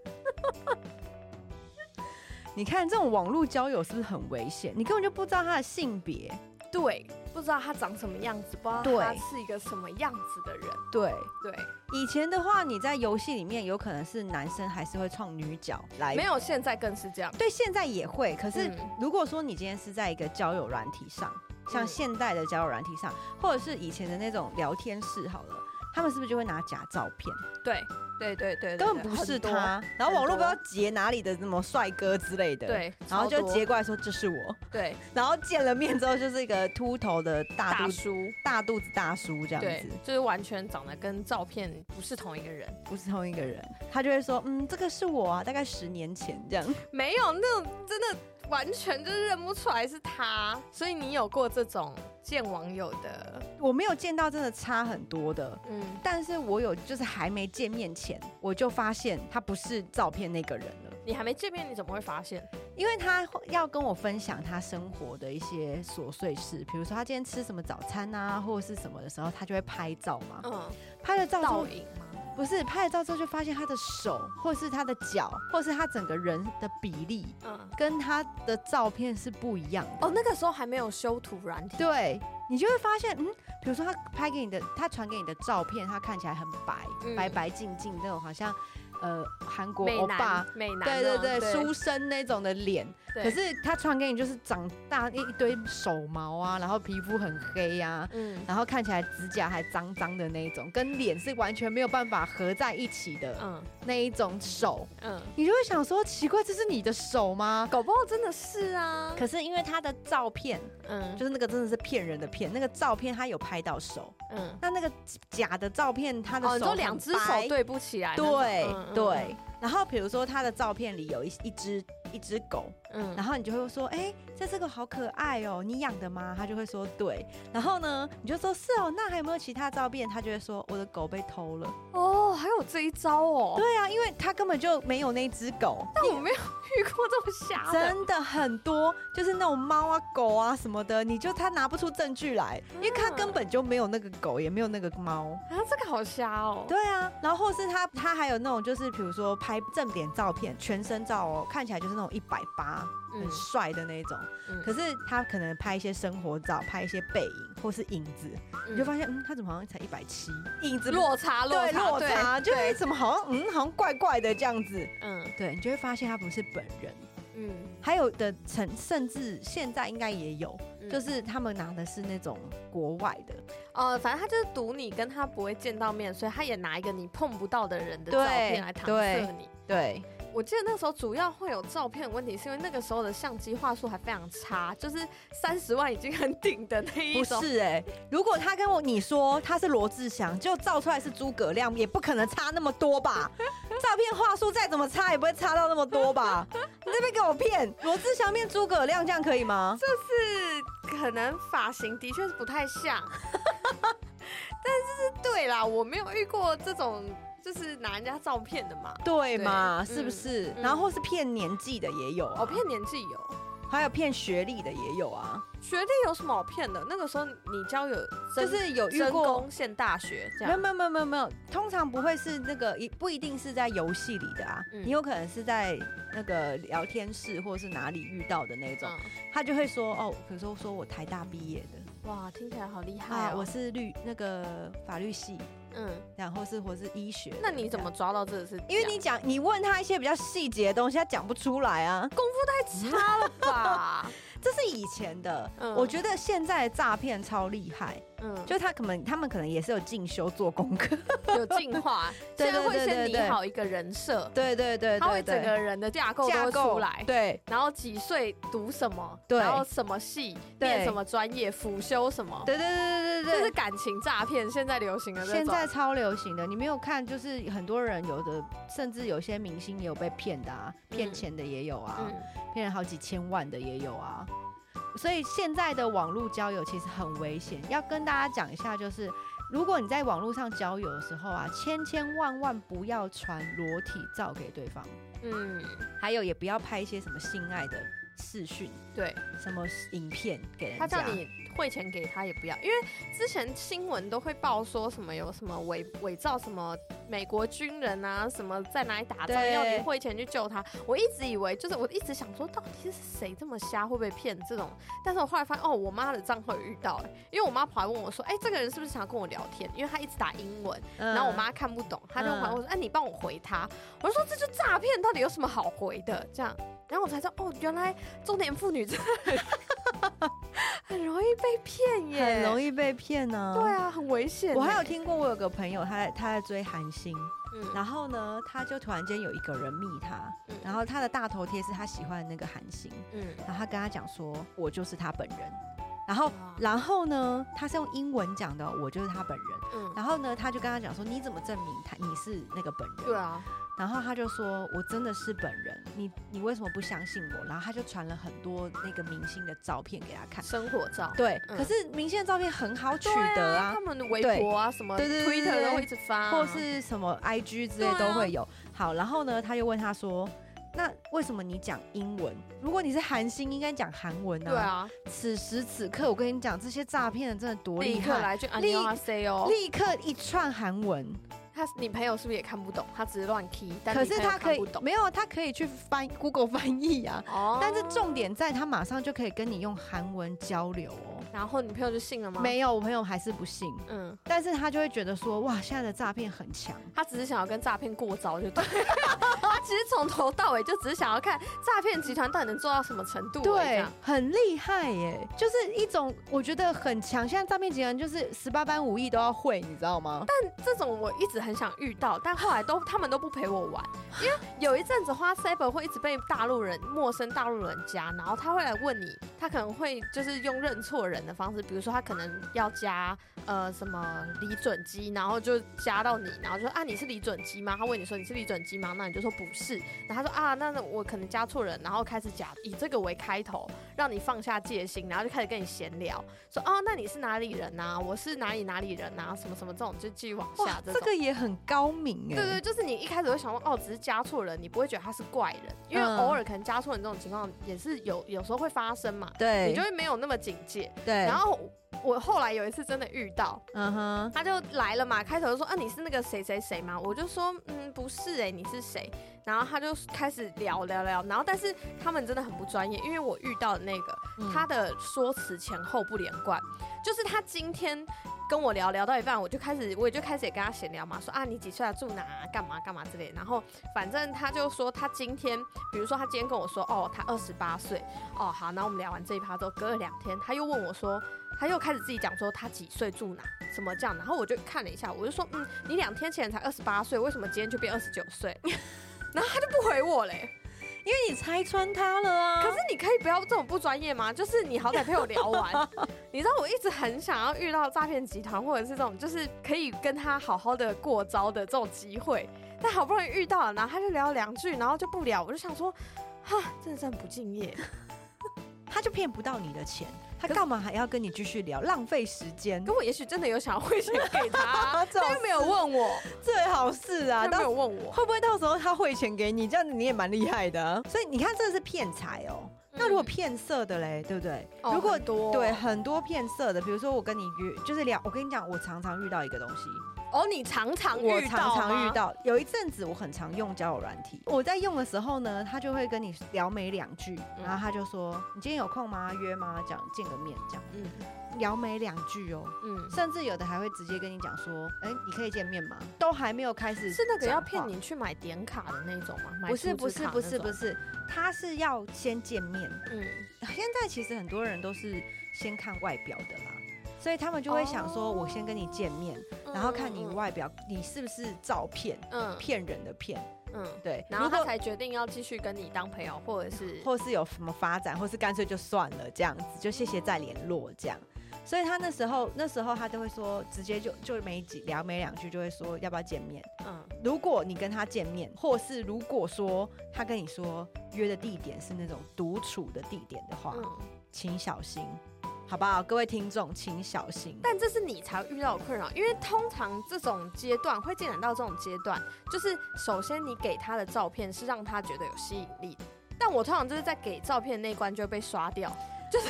S2: 你看这种网络交友是不是很危险？你根本就不知道他的性别，
S3: *laughs* 对，不知道他长什么样子，不知道
S2: 对
S3: 他是一个什么样子的人，
S2: 对。
S3: 对，
S2: 以前的话，你在游戏里面有可能是男生还是会创女角来，
S3: 没有现在更是这样，
S2: 对，现在也会。可是
S3: 嗯
S2: 如果说你今天是在一个交友软体上，像
S3: 嗯
S2: 现代的交友软体上，或者是以前的那种聊天室好了，他们是不是就会拿假照片，
S3: 对，对对对，对
S2: 根本不是，他，然后网络不知道截哪里的什么帅哥之类的，
S3: 对，很多对，
S2: 然后
S3: 超
S2: 就
S3: 多
S2: 截过来说这是我， *laughs*
S3: 对
S2: 然后见了面之后就是一个秃头的大
S3: 大
S2: 肚子
S3: 叔，
S2: 大肚子大叔这样
S3: 对
S2: 子，，
S3: 就是完全长得跟照片不是同一个人，
S2: 不是同一个人，他就会说嗯这个是我啊，大概十年前这样。 *laughs*
S3: 没有那种真的。完全就认不出来是他，所以你有过这种见网友的，
S2: 我没有见到真的差很多的，
S3: 嗯，
S2: 但是我有就是还没见面前，我就发现他不是照片那个人了。
S3: 你还没见面，你怎么会发现？
S2: 因为他会要跟我分享他生活的一些琐碎事，比如说他今天吃什么早餐啊，或者是什么的时候，他就会拍照嘛。
S3: 嗯，
S2: 拍了照之后
S3: 倒，影吗？
S2: 不是拍了照之后就发现他的手，或是他的脚，或是他整个人的比例，
S3: 嗯，
S2: 跟他的照片是不一样的。
S3: 哦，那个时候还没有修图软体，
S2: 对你就会发现，嗯，比如说他拍给你的，他传给你的照片，他看起来很白，
S3: 嗯
S2: 白白净净那种，好像呃韩国
S3: 美
S2: 欧
S3: 男
S2: 巴，
S3: 美男
S2: 对
S3: 啊，
S2: 对对，
S3: 书
S2: 书生那种的脸。可是他传给你就是长大一一堆手毛啊，然后皮肤很黑啊。
S3: 嗯
S2: 然后看起来指甲还脏脏的那一种，跟脸是完全没有办法合在一起的
S3: 嗯
S2: 那一种手，
S3: 嗯，
S2: 你就会想说奇怪，这是你的手吗？
S3: 搞不好真的是啊，
S2: 可是因为他的照片
S3: 嗯
S2: 就是那个真的是骗人的骗，那个照片他有拍到手，
S3: 嗯，
S2: 那那个假的照片他的
S3: 哦，
S2: 手很
S3: 你
S2: 白、
S3: 说两只手对不起来那种，
S2: 对、
S3: 嗯，
S2: 对。然后比如说他的照片里有一一只一只狗，
S3: 嗯
S2: 然
S3: 嗯
S2: 后你就会说，哎、这只狗好可爱哦，你养的吗？他就会说对。然后呢，你就说是哦，那还有没有其他照片？他就会说我的狗被偷了。
S3: 哦，还有这一招哦，
S2: 对啊，因为他根本就没有那只狗。
S3: 但我没有遇过这么瞎的，
S2: 真的很多，就是那种猫啊、狗啊什么的，你就他拿不出证据来，因为他根本就没有那个狗，也没有那个猫。
S3: 啊，这个好瞎哦，
S2: 对啊，然后或是他他还有那种就是比如说拍正脸照片、全身照哦，看起来就是那种一百八很帅的那种，
S3: 嗯
S2: 可是他可能拍一些生活照，拍一些背影或是影子，
S3: 嗯
S2: 你就发现嗯，他怎么好像才一百七，影子
S3: 落差落
S2: 对
S3: 差
S2: 落差，就
S3: 对
S2: 是怎么好像嗯好像怪怪的这样子，
S3: 嗯
S2: 对你就会发现他不是本人。
S3: 嗯，
S2: 还有的甚甚至现在应该也有，
S3: 嗯
S2: 就是他们拿的是那种国外的，
S3: 呃，反正他就是赌你跟他不会见到面，所以他也拿一个你碰不到的人的照片来搪塞你。
S2: 对，
S3: 我记得那时候主要会有照片的问题，是因为那个时候的相机画术还非常差，就是三十万已经很顶的那一
S2: 不
S3: 种。
S2: 是哎、如果他跟我你说他是罗志祥，就照出来是诸葛亮，也不可能差那么
S3: *laughs*
S2: 多吧？照片话术再怎么差，也不会差到那么多吧？你这边给我骗，罗志祥变诸葛亮，这样可以吗？
S3: 是可能发型的确是不太 *laughs* 像，但是对啦，我没有遇过这种就是拿人家照片的嘛。
S2: 对嘛，
S3: 对
S2: 是不是？
S3: 嗯
S2: 然后或是骗年纪的也有、啊，
S3: 哦，骗年纪有，
S2: 还有骗学历的也有啊，
S3: 学历有什么好骗的？那个时候你交友
S2: 就
S3: 真
S2: 是有遇
S3: 真
S2: 过
S3: 攻陷大学这
S2: 没
S3: 样，
S2: 有没有没有没有没有，通常不会是那个，一不一定是在游戏里的啊，
S3: 嗯
S2: 你有可能是在那个聊天室或是哪里遇到的那种，
S3: 嗯
S2: 他就会说哦，比如说说我台大毕业的
S3: 哇，听起来好厉害
S2: 啊，
S3: 哦！
S2: 我是律那个法律系，
S3: 嗯，
S2: 然后是或是医学的，
S3: 那你怎么
S2: 这
S3: 抓
S2: 样？
S3: 到这个是啊这样？
S2: 因为你讲你问他一些比较细节的东西，他讲不出来啊，
S3: 功夫太差了吧？
S2: 这是以前的。
S3: 嗯
S2: 我觉得现在的诈骗超厉害，
S3: 嗯，
S2: 就他可能他们可能也是有进修做功课，
S3: *laughs* 有进化，
S2: *laughs* 对
S3: 现在会
S2: 对对
S3: 先
S2: 对
S3: 理
S2: 对
S3: 好一个人设，
S2: 对对对
S3: 他
S2: 对
S3: 会整
S2: 对，
S3: 个人的架构都
S2: 架
S3: 会
S2: 构
S3: 出来。
S2: 对。
S3: 然后几岁读什么，
S2: 对
S3: 然后什么系，
S2: 对
S3: 念什么专业，辅修什么，
S2: 对对
S3: 这
S2: 对对
S3: 是
S2: 对
S3: 感情诈骗现在流行的
S2: 对，
S3: 这种。
S2: 现在超流行的，你没有看，就是很多人有的，甚至有些明星也有被骗的啊，骗钱的也有啊，
S3: 嗯，
S2: 骗、了好几千万的也有啊。所以现在的网络交友其实很危险，要跟大家讲一下，就是如果你在网络上交友的时候啊，千千万万不要传裸体照给对方，
S3: 嗯，
S2: 还有也不要拍一些什么性爱的视讯、
S3: 对，
S2: 什么影片给人
S3: 他
S2: 家。
S3: 叫你汇钱给他也不要，因为之前新闻都会报说什么有什么伪伪造什么美国军人啊，什么在哪里打仗
S2: 对
S3: 要你汇钱去救他。我一直以为就是我一直想说，到底是谁这么瞎，会不会骗这种？但是我后来发现，哦，我妈的账号有遇到、欸，因为我妈跑来问我说，哎、这个人是不是想跟我聊天？因为他一直打英文，
S2: 嗯，
S3: 然后我妈看不懂，她就还我说：“哎、你帮我回她。”我就说：“这就诈骗，到底有什么好回的？”这样，然后我才知道哦，原来中年妇女真的很 *laughs* 很容易被骗耶，
S2: 嗯很容
S3: 易。
S2: 易被骗呢、
S3: 对啊，很危险耶。
S2: 我还有听过，我有个朋友，他在他在追韩星，
S3: 嗯，
S2: 然后呢，他就突然间有一个人密他，
S3: 嗯
S2: 然后他的大头贴是他喜欢的那个韩星，
S3: 嗯
S2: 然后他跟他讲说，我就是他本人，然后
S3: 哇
S2: 然后呢，他是用英文讲的，我就是他本人，
S3: 嗯，
S2: 然后呢，他就跟他讲说，你怎么证明他你是那个本人？
S3: 对啊，
S2: 然后他就说，我真的是本人，你你为什么不相信我？然后他就传了很多那个明星的照片给他看，
S3: 生活照。
S2: 对，
S3: 嗯
S2: 可是明星的照片很好取得
S3: 对
S2: 啊
S3: 他，们的微博啊，什么
S2: 对对对对
S3: Twitter
S2: 对
S3: 都会一直发啊，
S2: 或是什么 IG 之类
S3: 对啊
S2: 都会有。好，然后呢，他又问他说：“那为什么你讲英文？如果你是韩星，应该讲韩文啊。
S3: 对。啊，
S2: 此时此刻，我跟你讲，这些诈骗人真的多厉
S3: 立刻
S2: 害，
S3: 来句安
S2: 立
S3: 妞阿 C 哦。
S2: 立刻一串韩文。
S3: 他你朋友是不是也看不懂？他只是乱 key，但
S2: 可
S3: 你
S2: 是
S3: 朋友
S2: 他
S3: 看
S2: 可以
S3: 不懂
S2: 没有，啊他可以去翻 Google 翻译啊。
S3: 哦
S2: 但是重点在他马上就可以跟你用韩文交流哦。
S3: 然后你朋友就信了吗？，
S2: 没有，我朋友还是不信，
S3: 嗯，
S2: 但是他就会觉得说，哇，现在的诈骗很强。
S3: 他只是想要跟诈骗过招就对了。 *laughs* 他其实从头到尾就只是想要看诈骗集团到底能做到什么程度而已。这
S2: 对
S3: 样，
S2: 很厉害耶，就是一种我觉得很强。现在诈骗集团就是十八般武艺都要会，你知道吗？
S3: 这种我一直很想遇到，但后来都他们都不陪我玩，因为有一阵子花 cyber 会一直被大陆人、陌生大陆人加，然后他会来问你，他可能会就是用认错人的方式，比如说他可能要加呃什么李准基，然后就加到你，然后就说啊你是李准基吗？他问你说你是李准基吗？那你就说不是，然后他说啊那那我可能加错人，然后开始假以这个为开头，让你放下戒心，然后就开始跟你闲聊，说哦那你是哪里人呐、我是哪里哪里人呐、什么什么这种就继续往下
S2: 哇，
S3: 这
S2: 这
S3: 种。
S2: 个也很高明哎。
S3: 对对，就是你一开始会想说，哦，只是加错人，你不会觉得他是怪人，因为
S2: 嗯
S3: 偶尔可能加错人这种情况也是有，有时候会发生嘛，
S2: 对
S3: 你就会没有那么警戒。
S2: 对，
S3: 然后我我后来有一次真的遇到，
S2: 嗯哼，
S3: 他就来了嘛，开头就说，啊，你是那个谁谁谁吗？我就说，嗯，不是哎、你是谁？然后他就开始聊聊聊，然后但是他们真的很不专业，因为我遇到的那个
S2: 嗯
S3: 他的说辞前后不连贯，就是他今天跟我聊聊到一半，我就开始我也就开始也跟他闲聊嘛，说啊你几岁啊，住哪啊、干嘛干嘛之类的。然后反正他就说他今天，比如说他今天跟我说哦他二十八岁，哦好，那我们聊完这一趴之后，隔了两天他又问我说。他又开始自己讲说他几岁住哪什么这样，然后我就看了一下，我就说嗯，你两天前才二十八岁，为什么今天就变二十九岁？ *laughs* 然后他就不回我嘞、
S2: 因为你拆穿他了啊。
S3: 可是你可以不要这种不专业吗？就是你好歹陪我聊 *laughs* 完，你知道我一直很想要遇到诈骗集团或者是这种就是可以跟他好好的过招的这种机会，但好不容易遇到了，然后他就聊两句，然后就不聊，我就想说，哈，真的是很不敬业。
S2: 他就骗不到你的钱，他
S3: 可是
S2: 干嘛还要跟你继续聊，浪费时间，
S3: 可？我也许真的有想要汇钱给他 *laughs*
S2: 这种
S3: 他又没有问我，
S2: 最好是
S3: 他
S2: 啊，
S3: 又没
S2: 到
S3: 有问我。
S2: 会不会到时候他汇钱给你，这样子你也蛮厉害的啊、所以你看，这是骗财哦。那如果骗色的嘞，对不对？
S3: 嗯哦
S2: 如果
S3: 很多
S2: 对很多骗色的，比如说我跟你约，就是聊，我跟你讲，我常常遇到一个东西，
S3: 哦，你常常
S2: 我
S3: 遇到
S2: 常常遇
S3: 吗，
S2: 到，有一阵子我很常用交友软体，我在用的时候呢，他就会跟你聊没两句，
S3: 嗯
S2: 然后他就说你今天有空吗？约吗？讲见个面这样，
S3: 嗯
S2: 聊没两句哦，
S3: 嗯，
S2: 甚至有的还会直接跟你讲说，哎、你可以见面吗？都还没有开始，
S3: 是那个要骗。你去买点卡的那种吗？买
S2: 不
S3: 储值
S2: 是不是
S3: 卡
S2: 不
S3: 那
S2: 是不
S3: 种，
S2: 是，他是要先见面。
S3: 嗯。
S2: 现在其实很多人都是先看外表的啦，所以他们就会想说，
S3: 哦
S2: 我先跟你见面，然后看你外表，你是不是照片，
S3: 嗯
S2: 骗人的骗，
S3: 嗯，
S2: 对。
S3: 然后
S2: 如
S3: 他
S2: 果
S3: 才决定要继续跟你当朋友，或者是
S2: 或是有什么发展，或是干脆就算了这样子，就谢谢再联络这样。所以他那时候那时候他都会说，直接就就没几聊没两句就会说要不要见面。
S3: 嗯
S2: 如果你跟他见面，或是如果说他跟你说约的地点是那种独处的地点的话，
S3: 嗯，
S2: 请小心，好不好？各位听众，请小心。
S3: 但这是你才遇到的困扰，因为通常这种阶段会进展到这种阶段，就是首先你给他的照片是让他觉得有吸引力的，但我通常就是在给照片那一关就被刷掉。就是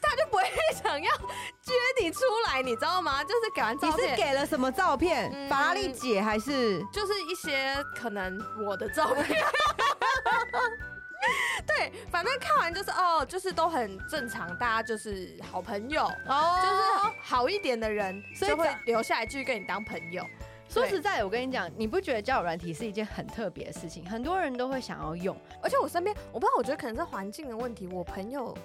S3: 他就不会想要 *laughs* 撅你出来，你知道吗？就是给完
S2: 你
S3: 照
S2: 是
S3: 片，
S2: 给了什么照片？
S3: 嗯
S2: 法拉利姐还是？
S3: 就是一些可能我的照片。对，反正看完就是哦，就是都很正常，大家就是好朋友，就
S2: 哦，
S3: 是好一点的人
S2: 所以
S3: 就会
S2: 长
S3: 留下来继续跟你当朋友。
S2: 说实在，我跟你讲，你不觉得交友软体是一件很特别的事情？很多人都会想要用，
S3: 而且我身边，我不知道，我觉得可能是环境的问题，我朋友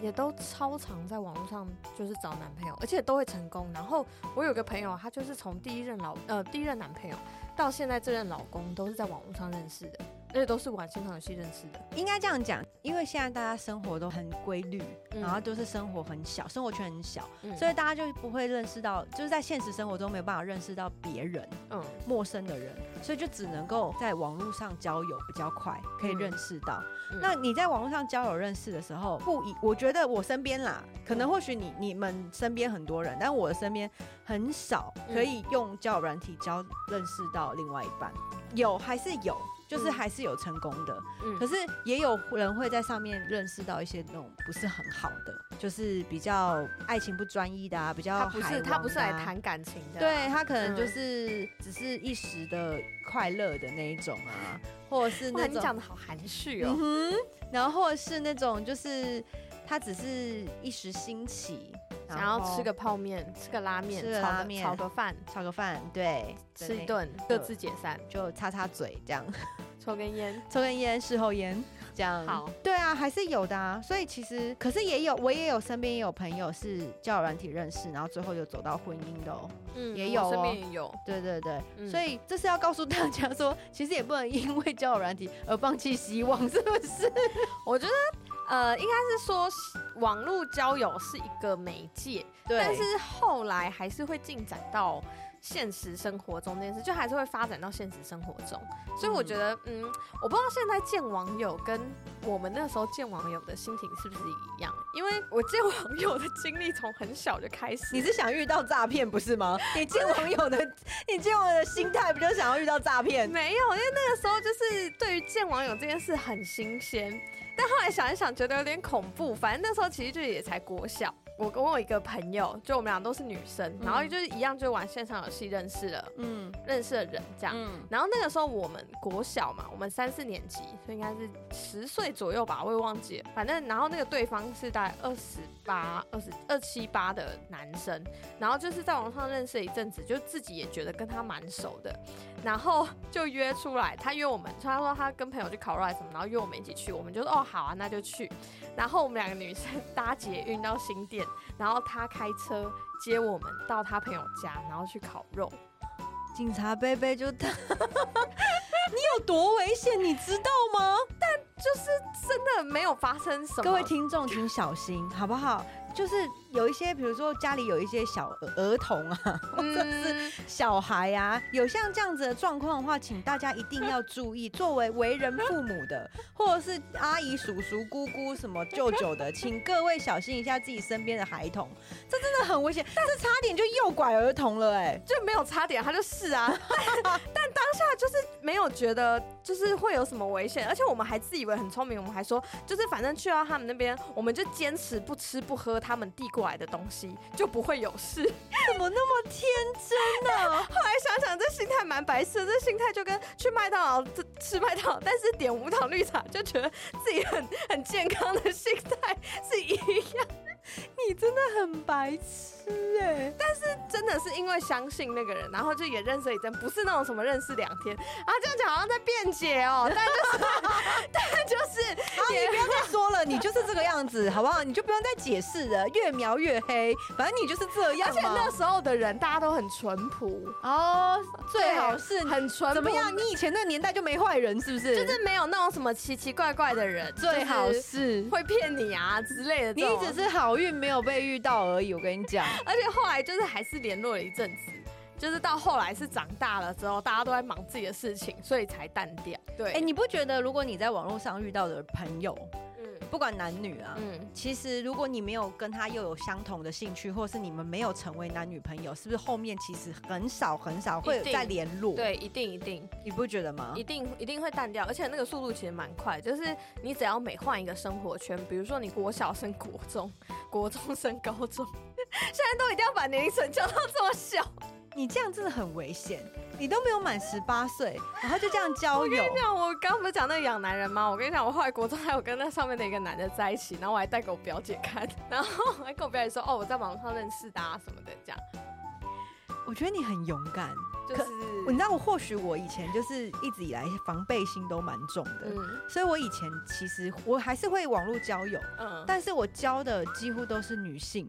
S3: 也都超常在网络上就是找男朋友，而且都会成功。然后我有个朋友，他就是从第一任老呃第一任男朋友到现在这任老公，都是在网络上认识的，而且都是玩线上游戏认识的。
S2: 应该这样讲，因为现在大家生活都很规律，
S3: 嗯
S2: 然后都是生活很小，生活圈很小，
S3: 嗯
S2: 所以大家就不会认识到，就是在现实生活中没有办法认识到别人。
S3: 嗯，
S2: 陌生的人，所以就只能够在网络上交友比较快，可以
S3: 嗯
S2: 认识到。
S3: 嗯
S2: 那你在网络上交友认识的时候，不以我觉得我身边啦，可能或许你你们身边很多人，但我身边很
S3: 嗯
S2: 少可以用交友软体交认识到另外一半，有还是有，就是
S3: 嗯
S2: 还是有成功的。
S3: 嗯
S2: 可是也有人会在上面认识到一些那种不是很好的，就是比较爱情不专一的啊，比较
S3: 他不
S2: 海
S3: 是他
S2: 王
S3: 不是
S2: 的
S3: 来
S2: 啊
S3: 谈感情的，，
S2: 对他可能就
S3: 嗯
S2: 是只是一时的快乐的那一种啊，或者是
S3: 哇，
S2: 那
S3: 你
S2: 种
S3: 讲的好含蓄
S2: 嗯
S3: 哦，
S2: 哼，然后或者是那种就是他只是一时兴起，
S3: 想要吃个泡面，吃个拉面，
S2: 吃个
S3: 炒
S2: 拉
S3: 个
S2: 面
S3: 炒个饭，
S2: 炒个饭，对，
S3: 吃一
S2: 对
S3: 顿，各自解散，
S2: 就擦擦嘴这样，
S3: 抽根烟。
S2: 抽根烟，事后烟这样。
S3: 好，
S2: 对啊，还是有的啊。所以其实可是也有，我也有身边也有朋友是交友软体认识，然后最后就走到婚姻的哦。
S3: 嗯
S2: 也
S3: 我
S2: 有
S3: 身
S2: 哦
S3: 边也有，
S2: 对对对，
S3: 嗯
S2: 所以这是要告诉大家说，其实也不能因为交友软体而放弃希望，是不是？
S3: 我觉得。呃，应该是说网络交友是一个媒介，
S2: 对
S3: 但是后来还是会进展到现实生活中这件事，就还是会发展到现实生活中。所以我觉得，嗯，我不知道现在见网友跟我们那时候见网友的心情是不是一样，因为我见网友的经历从很小就开始。
S2: 你是想遇到诈骗不是吗？你见网友的，你见网友的心态不就是想要遇到诈
S3: *laughs*
S2: 骗？
S3: 没有，因为那个时候就是对于见网友这件事很新鲜，但后来想一想，觉得有点恐怖。反正那时候其实就也才国小，我跟我一个朋友，就我们俩都是女生，然后就是一样，就玩线上游戏认识了
S2: 嗯
S3: 认识了人这样。
S2: 嗯，
S3: 然后那个时候我们国小嘛，我们三四年级，所以应该是十岁左右吧，我也忘记了。反正然后那个对方是大概二十八、二十二七八的男生，然后就是在网上认识了一阵子，就自己也觉得跟他蛮熟的，然后就约出来，他约我们，他说他跟朋友去烤肉还是什么，然后约我们一起去，我们就说哦好啊，那就去。然后我们两个女生搭捷运到新店，然后他开车接我们到他朋友家，然后去烤肉。
S2: 警察贝贝就他，你 *laughs* 有多危险，你知道吗？
S3: 真的没有发生什么。
S2: 各位听众请小心，好不好？就是有一些，比如说家里有一些小儿儿童啊、
S3: 嗯，
S2: 小孩啊，有像这样子的状况的话，请大家一定要注意。作为为人父母的， *laughs* 或者是阿姨、叔叔、姑姑、什么舅舅的，请各位小心一下自己身边的孩童，这真的很危险，这差点就诱拐儿童了、哎。
S3: 就没有差点，他就是啊。
S2: *laughs*
S3: 但但当下就是没有觉得就是会有什么危险，而且我们还自以为很聪明，我们还说就是反正去到他们那边，我们就坚持不吃不喝他们递过来的东西，就不会有事。
S2: 怎么那么天真啊呢、
S3: *laughs* 后来想想，这心态蛮白痴的，这心态就跟去麦当劳吃吃麦当劳，但是点无糖绿茶，就觉得自己很很健康的心态是一样。
S2: 你真的很白痴哎、
S3: 真的是因为相信那个人，然后就也认识了一阵，不是那种什么认识两天啊，这样讲好像在辩解 *laughs* 哦，但就是但就是
S2: 好，你不要再说了，你就是这个样子，好不好？你就不用再解释了，越描越黑，反正你就是这样
S3: 而且
S2: 嘛
S3: 那时候的人大家都很淳朴，
S2: 哦，最好是
S3: 很淳朴，
S2: 怎么样？你以前那个年代就没坏人，是不是？
S3: 就是没有那种什么奇奇怪怪的人，
S2: 最好
S3: 就是
S2: 是
S3: 会骗你啊之类的这
S2: 你
S3: 种。
S2: 只是好运没有被遇到而已。我跟你讲，
S3: 而且后来就是还是联络了一阵子。就是到后来是长大了之后，大家都在忙自己的事情，所以才淡掉。对，
S2: *laughs* 哎、你不觉得如果你在网络上遇到的朋友，
S3: 嗯
S2: 不管男女啊，
S3: 嗯，
S2: 其实，如果你没有跟他又有相同的兴趣，或是你们没有成为男女朋友，是不是后面其实很少很少会有
S3: 一定
S2: 再联络？，
S3: 对，一定一定。
S2: 你不觉得吗
S3: 一？定一定会淡掉，而且那个速度其实蛮快，就是你只要每换一个生活圈，比如说你国小升国中，国中升高中， *laughs* 现在都一定要把年龄层降到这么 *laughs* 小。
S2: 你这样真的很危险，你都没有满十八岁，然后就这样交友，
S3: 像我刚刚不是讲那个养男人吗？我跟你讲，我后来国中还有跟那上面的一个男的在一起，然后我还带给我表姐看， *laughs* 然后我还跟我表姐说，哦，我在网上认识的啊什么的，这样
S2: 我觉得你很勇敢。
S3: 就是
S2: 你知道，我或许我以前就是一直以来防备心都蛮重的，
S3: 嗯
S2: 所以我以前其实我还是会网络交友，
S3: 嗯，但
S2: 但是我交的几乎都是女性。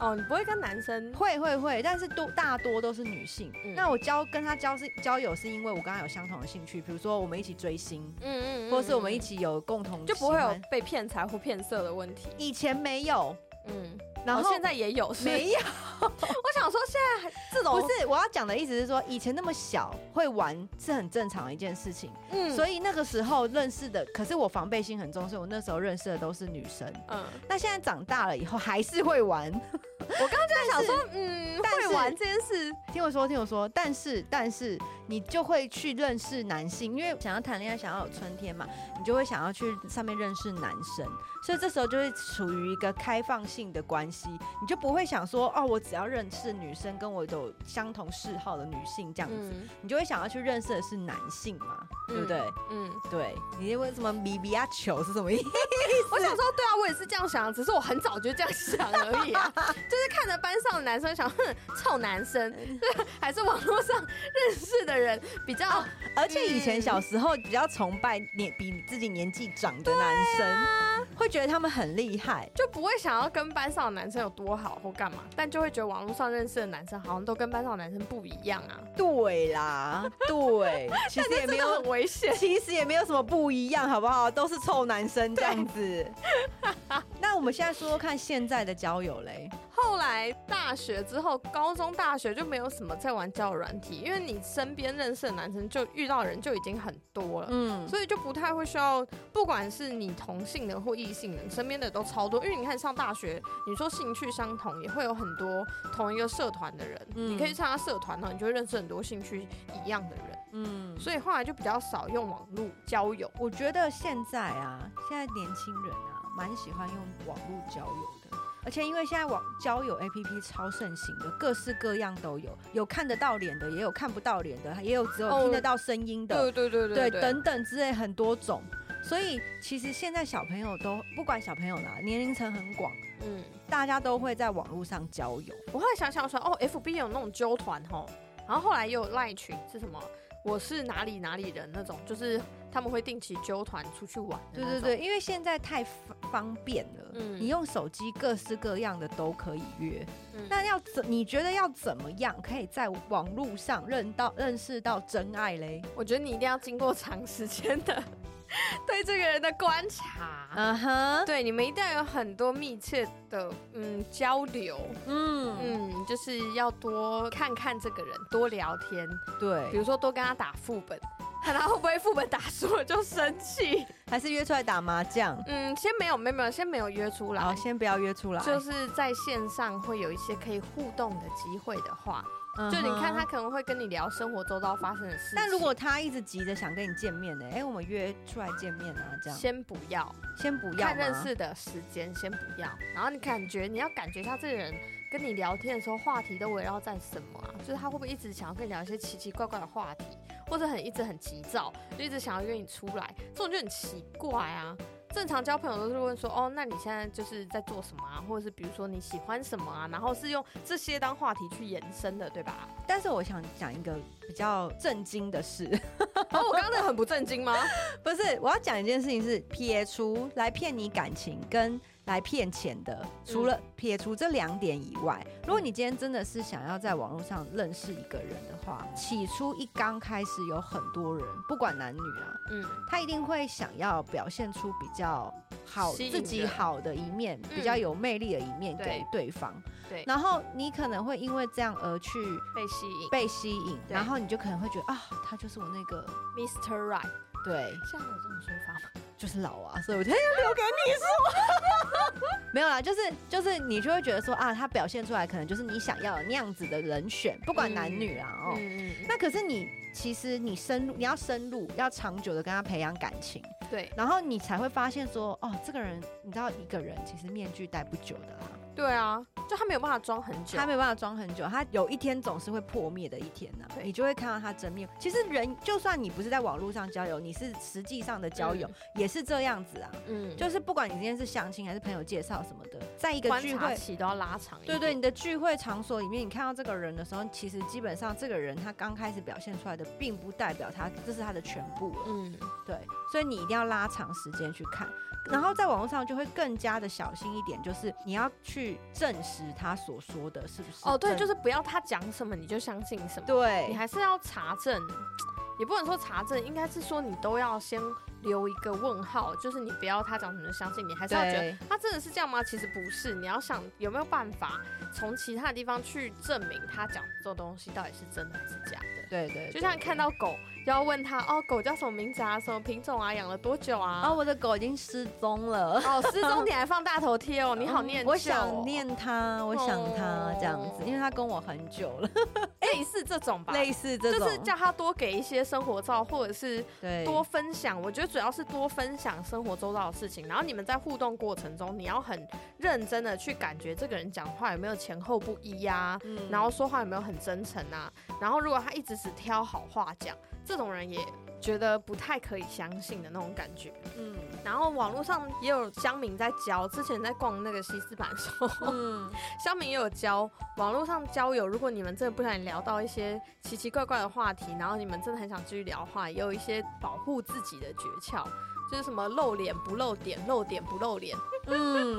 S3: 哦，你不会跟男生
S2: 会会会，但是多大多都是女性。
S3: 嗯
S2: 那我交跟她交是交友，是因为我跟她有相同的兴趣，比如说我们一起追星，
S3: 嗯
S2: 或是我们一
S3: 起
S2: 起有共同
S3: 就不会
S2: 喜
S3: 有
S2: 欢
S3: 被骗财或骗色的问题，
S2: 以前没有，
S3: 嗯。
S2: 然后、
S3: 哦现在也有，是不是
S2: *laughs* 没有。
S3: 我想说现在还这种
S2: 不是我要讲的意思是说，以前那么小会玩是很正常的一件事情，
S3: 嗯
S2: 所
S3: 以
S2: 以那个时候认识的，可是我防备心很重，所以我那时候认识的都是女生。
S3: 嗯，
S2: 那现在长大了以后还是会玩，
S3: 我刚刚就在想说，嗯，
S2: 但是
S3: 会玩这件事，
S2: 听我说，听我说，但是但是你就会去认识男性，因为想要谈恋爱，想要有春天嘛，你就会想要去上面认识男生，所以这时候就会处于一个开放性的关系，你就不会想说哦，我只要认识女生跟我有相同嗜好的女性这样子，
S3: 嗯
S2: 你就会想要去认识的是男性嘛，对不对？
S3: 嗯，
S2: 对，你为什么米比亚球是什么意思？
S3: 我想说，对啊，我也是这样想，只是我很早就这样想而已
S2: *laughs*
S3: 啊，就是看着班上的男生想，哼，臭男生，
S2: 哎
S3: 对啊还是网络上认识的人比较
S2: 啊而且以前小时候比较崇拜年比自己年纪长的男生，会觉得他们很厉害。
S3: 就不会想要跟班上的男生有多好或干嘛，但就会觉得网络上认识的男生好像都跟班上的男生不一样啊，
S2: 对 *laughs* 啦，对，其实也
S3: 真的
S2: 没有 *laughs*
S3: 很，危险。
S2: 其实也没有什么不一样，好不好？都是臭男生这样子。 *laughs* 那我们现在说说看现在的交友嘞，
S3: 后来大学之后，高中、大学就没有什么在玩交友软体，因为你身边认识的男生就遇到的人就已经很多了。
S2: 嗯，
S3: 所以就不太会需要，不管是你同性的或异性的，你身边的都超多。因为你看上大学，你说兴趣相同，也会有很多同一个社团的人，
S2: 嗯
S3: 你可以参加社团呢，你就会认识很多兴趣一样的人。
S2: 嗯，
S3: 所以后来就比较少用网络交友。
S2: 我觉得现在啊，现在年轻人啊，蛮喜欢用网络交友的，而且因为现在网交友 APP 超盛行的，各式各样都有，有看得到脸的，也有看不到脸的，也有只有
S3: 哦
S2: 听得到声音的，
S3: 对对对对对，
S2: 等等之类很多种。所以其实现在小朋友都不管小朋友啦，年龄层很广，
S3: 嗯。
S2: 大家都会在网络上交友。
S3: 我后来想想说，哦，FB 有那种纠团吼，然后后来也有赖群是什么？我是哪里哪里人那种，就是他们会定期纠团出去玩的
S2: 对
S3: 那
S2: 对
S3: 种。
S2: 对，因为现在太方方便了，
S3: 嗯
S2: 你用手机各式各样的都可以约。
S3: 嗯
S2: 那要怎？你觉得要怎么样可以在网络上认到认识到真爱嘞？
S3: 我觉得你一定要经过长时间 *laughs* 的对这个人的观察。
S2: 嗯哼，
S3: 对，你们一定要有很多密切的嗯交流，
S2: 嗯，
S3: 嗯，就是要多看看这个人，多聊天，比
S2: 对，
S3: 如说多跟他打副本，看 *laughs* 他会不会副本打输了就生气。
S2: 还是约出来打麻将。
S3: 嗯，先没有，没有，没有，先没有约出来
S2: 好，，先不要约出来，
S3: 就是在线上会有一些可以互动的机会的话，
S2: 嗯哼
S3: 就你看他可能会跟你聊生活周遭发生的事情。
S2: 但如果他一直急着想跟你见面呢、哎、我们约出来见面啊，这样
S3: 先不要
S2: 先不要
S3: 看认
S2: 吗
S3: 识的时间，先不要，然后你感觉你要感觉一下这个人跟你聊天的时候，话题都围绕在什么啊？就是他会不会一直想要跟你聊一些奇奇怪怪的话题，或者很一直很急躁，就一直想要约你出来，这种就很奇怪啊。正常交朋友都是问说，哦，那你现在就是在做什么啊？或者是比如说你喜欢什么啊？然后是用这些当话题去延伸的，对吧？
S2: 但是我想讲一个比较震惊的
S3: *laughs*
S2: 事，*laughs*
S3: 哦，我刚刚那个很不正经吗？
S2: 不是我要讲一件事情是撇除来骗你感情跟来骗钱的，
S3: 嗯
S2: 除了撇除这两点以外，如果你今天真的是想要在网络上认识一个人的话，起初一刚开始有很多人，不管男女啊，
S3: 嗯，
S2: 他一定会想要表现出比较好
S3: 吸引
S2: 自己
S3: 人嗯
S2: 好的一面，比较有魅力的一面给对方。
S3: 对
S2: 然后你可能会因为这样而去
S3: 被吸引
S2: 被吸引，
S3: 对
S2: 然后你就可能会觉得啊，他就是我那个
S3: ，Mr. Right，
S2: 对，
S3: 现在有这种说法吗？
S2: 就是老啊，所以我就留给你
S3: *laughs*
S2: 说。没有啦，就是就是你就会觉得说啊，他表现出来可能就是你想要的那样子的人选，不管男女啦哦。
S3: 嗯嗯，
S2: 那可是你其实你深入，你要深入，要长久的跟他培养感情。
S3: 对
S2: 然后你才会发现说，哦，这个人，你知道一个人其实面具戴不久的啦，
S3: 对啊，就他没有办法装很久
S2: 他。没有办法装很久，他有一天总是会破灭的一天呐、
S3: 对
S2: 你就会看到他真面目。其实人就算你不是在网络上交友，你是实际上的交友、也是这样子啊，
S3: 嗯，就
S2: 就是不管你今天是相亲还是朋友介绍什么的，在一个
S3: 观
S2: 聚
S3: 察
S2: 会。
S3: 期都要拉长一
S2: 对
S3: 点。
S2: 对，你的聚会场所里面，你看到这个人的时候，其实基本上这个人他刚开始表现出来的，并不代表他这是他的全部了。
S3: 嗯，
S2: 对，所以你一定要拉长时间去看，然后在网络上就会更加的小心一点，就是你要去证实他所说的是不是
S3: 哦对，
S2: 真
S3: 就是不要他讲什么你就相信什么，你
S2: 对，
S3: 还是要查证，也不能说查证，应该是说你都要先留一个问号，就是你不要他讲什么就相信，你还是要觉得
S2: 对，
S3: 他真的是这样吗？其实不是，你要想有没有办法从其他地方去证明他讲这种东西到底是真的还是假的。
S2: 对对，
S3: 就像
S2: 对
S3: 看，到狗就要问他哦，狗叫什么名字啊，什么品种啊，养了多久啊？
S2: 啊，我的狗已经失踪了。嗯
S3: 哦，失踪你还放大头贴 *laughs* 哦，你好念、
S2: 我想。念它，我想它
S3: 哦
S2: 这样子，因为它跟我很
S3: *laughs*
S2: 久了，
S3: 哎类似这种吧，
S2: 类似这种，
S3: 就是叫他多给一些生活照，或者是
S2: 对
S3: 多分享。我觉得主要是多分享生活周到的事情，然后你们在互动过程中，你要很认真的去感觉这个人讲话有没有前后不一呀、
S2: 嗯
S3: 然后说话有没有很真诚啊？然后如果他一直只挑好话讲，这种人也觉得不太可以相信的那种感觉。 *laughs*
S2: 嗯
S3: 然后网络上也有乡民在教，之前在逛那个西斯版的时候，
S2: 嗯，
S3: 乡民也有教网络上交友，如果你们真的不小心聊到一些奇奇怪怪的话题，然后你们真的很想继续聊的话，也有一些保护自己的诀窍，就是什么露脸不露点，露点不露脸，
S2: 嗯，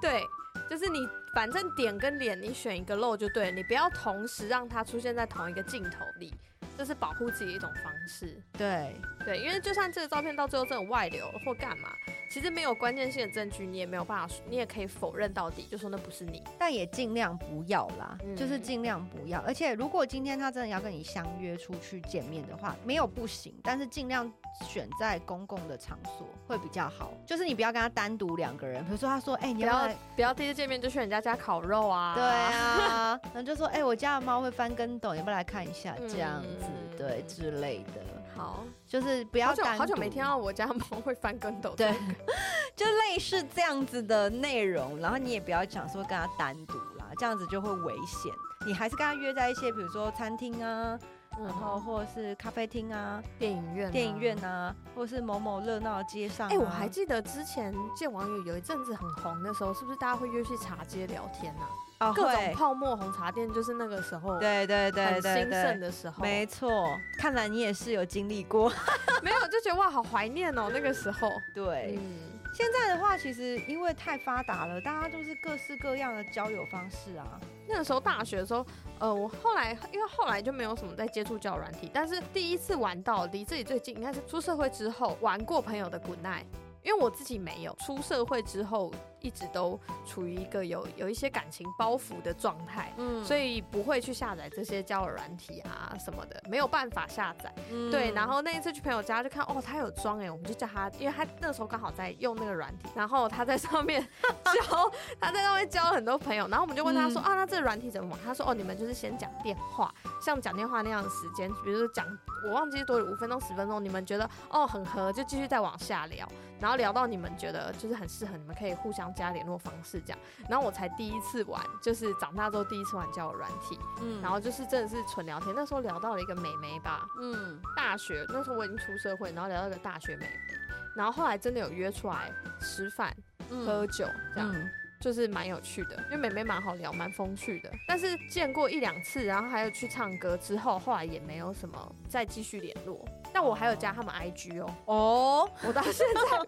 S3: 对。就是你，反正点跟脸你选一个露就对了，你不要同时让它出现在同一个镜头里，这是保护自己的一种方式。
S2: 对，
S3: 对，因为就算这个照片到最后真的外流了或干嘛，其实没有关键性的证据，你也没有办法，你也可以否认到底，就说那不是你。
S2: 但也尽量不要啦，
S3: 嗯
S2: 就是尽量不要。而且如果今天他真的要跟你相约出去见面的话，没有不行，但是尽量选在公共的场所会比较好。就是你不要跟他单独两个人，比如说他说，哎、你
S3: 不
S2: 要不要
S3: 要
S2: 来？
S3: 不要第一次见面就去人家家烤肉啊。
S2: 对
S3: *laughs*
S2: 啊，然后就说，哎、我家的猫会翻跟斗，你要不要来看一下？
S3: 嗯
S2: 这样子，对之类的，
S3: 好，
S2: 就是不要
S3: 好久
S2: 单独
S3: 好久没听到我家猫会翻跟斗。
S2: 对，就类似这样子的内容，然后你也不要讲说跟他单独啦，这样子就会危险。你还是跟他约在一些，比如说餐厅
S3: 嗯
S2: 啊，然
S3: 然
S2: 后
S3: 后
S2: 或者是咖啡厅啊、
S3: 电影院、
S2: 电影院。啊，或者是某某热闹的街上、啊。
S3: 哎、我还记得之前见网友有一阵子很红的时候，是不是大家会约去茶街聊天啊？
S2: 哦
S3: 各种
S2: 会
S3: 泡沫红茶店就是那个时候
S2: 对对对
S3: 很
S2: 对
S3: 兴盛
S2: 对，
S3: 的时候，
S2: 没错。看来你也是有经历过。 *laughs*
S3: 没有就觉得哇，好怀念哦那个时候。
S2: 对，
S3: 嗯。
S2: 现在的话，其实因为太发达了，大家就是各式各样的交友方式啊。
S3: 那个时候大学的时候，呃，我后来因为后来就没有什么在接触交友软体，但是第一次玩到离自己最近应该是出社会之后玩过朋友的 Good Night，因为我自己没有出社会之后一直都处于一个有有一些感情包袱的状态。
S2: 嗯
S3: 所以不会去下载这些交友软体啊什么的，没有办法下载。
S2: 嗯
S3: 对，然后那一次去朋友家就看，哦，他有装哎、我们就叫他，因为他那时候刚好在用那个软体，然后他在上面 *laughs* 交，他在上面交了很多朋友，然后我们就问他说，
S2: 嗯
S3: 啊，那这个软体怎么玩？他说，哦，你们就是先讲电话，像讲电话那样的时间，比如说讲，我忘记多久，五分钟、十分钟，你们觉得哦很合，就继续再往下聊，然后聊到你们觉得就是很适合，你们可以互相加联络方式这样。然后我才第一次玩，就是长大之后第一次玩交友软体，
S2: 嗯
S3: 然后就是真的是纯聊天，那时候聊到了一个美眉吧。
S2: 嗯，
S3: 大学那时候我已经出社会，然后聊到一个大学妹妹，然后后来真的有约出来吃饭、喝酒，这样、
S2: 嗯
S3: 就是蛮有趣的，因为妹妹蛮好聊，蛮风趣的。但是见过一两次，然后还有去唱歌之后，后来也没有什么再继续联络。但我还有加他们 IG 哦，
S2: 哦。
S3: 我到现在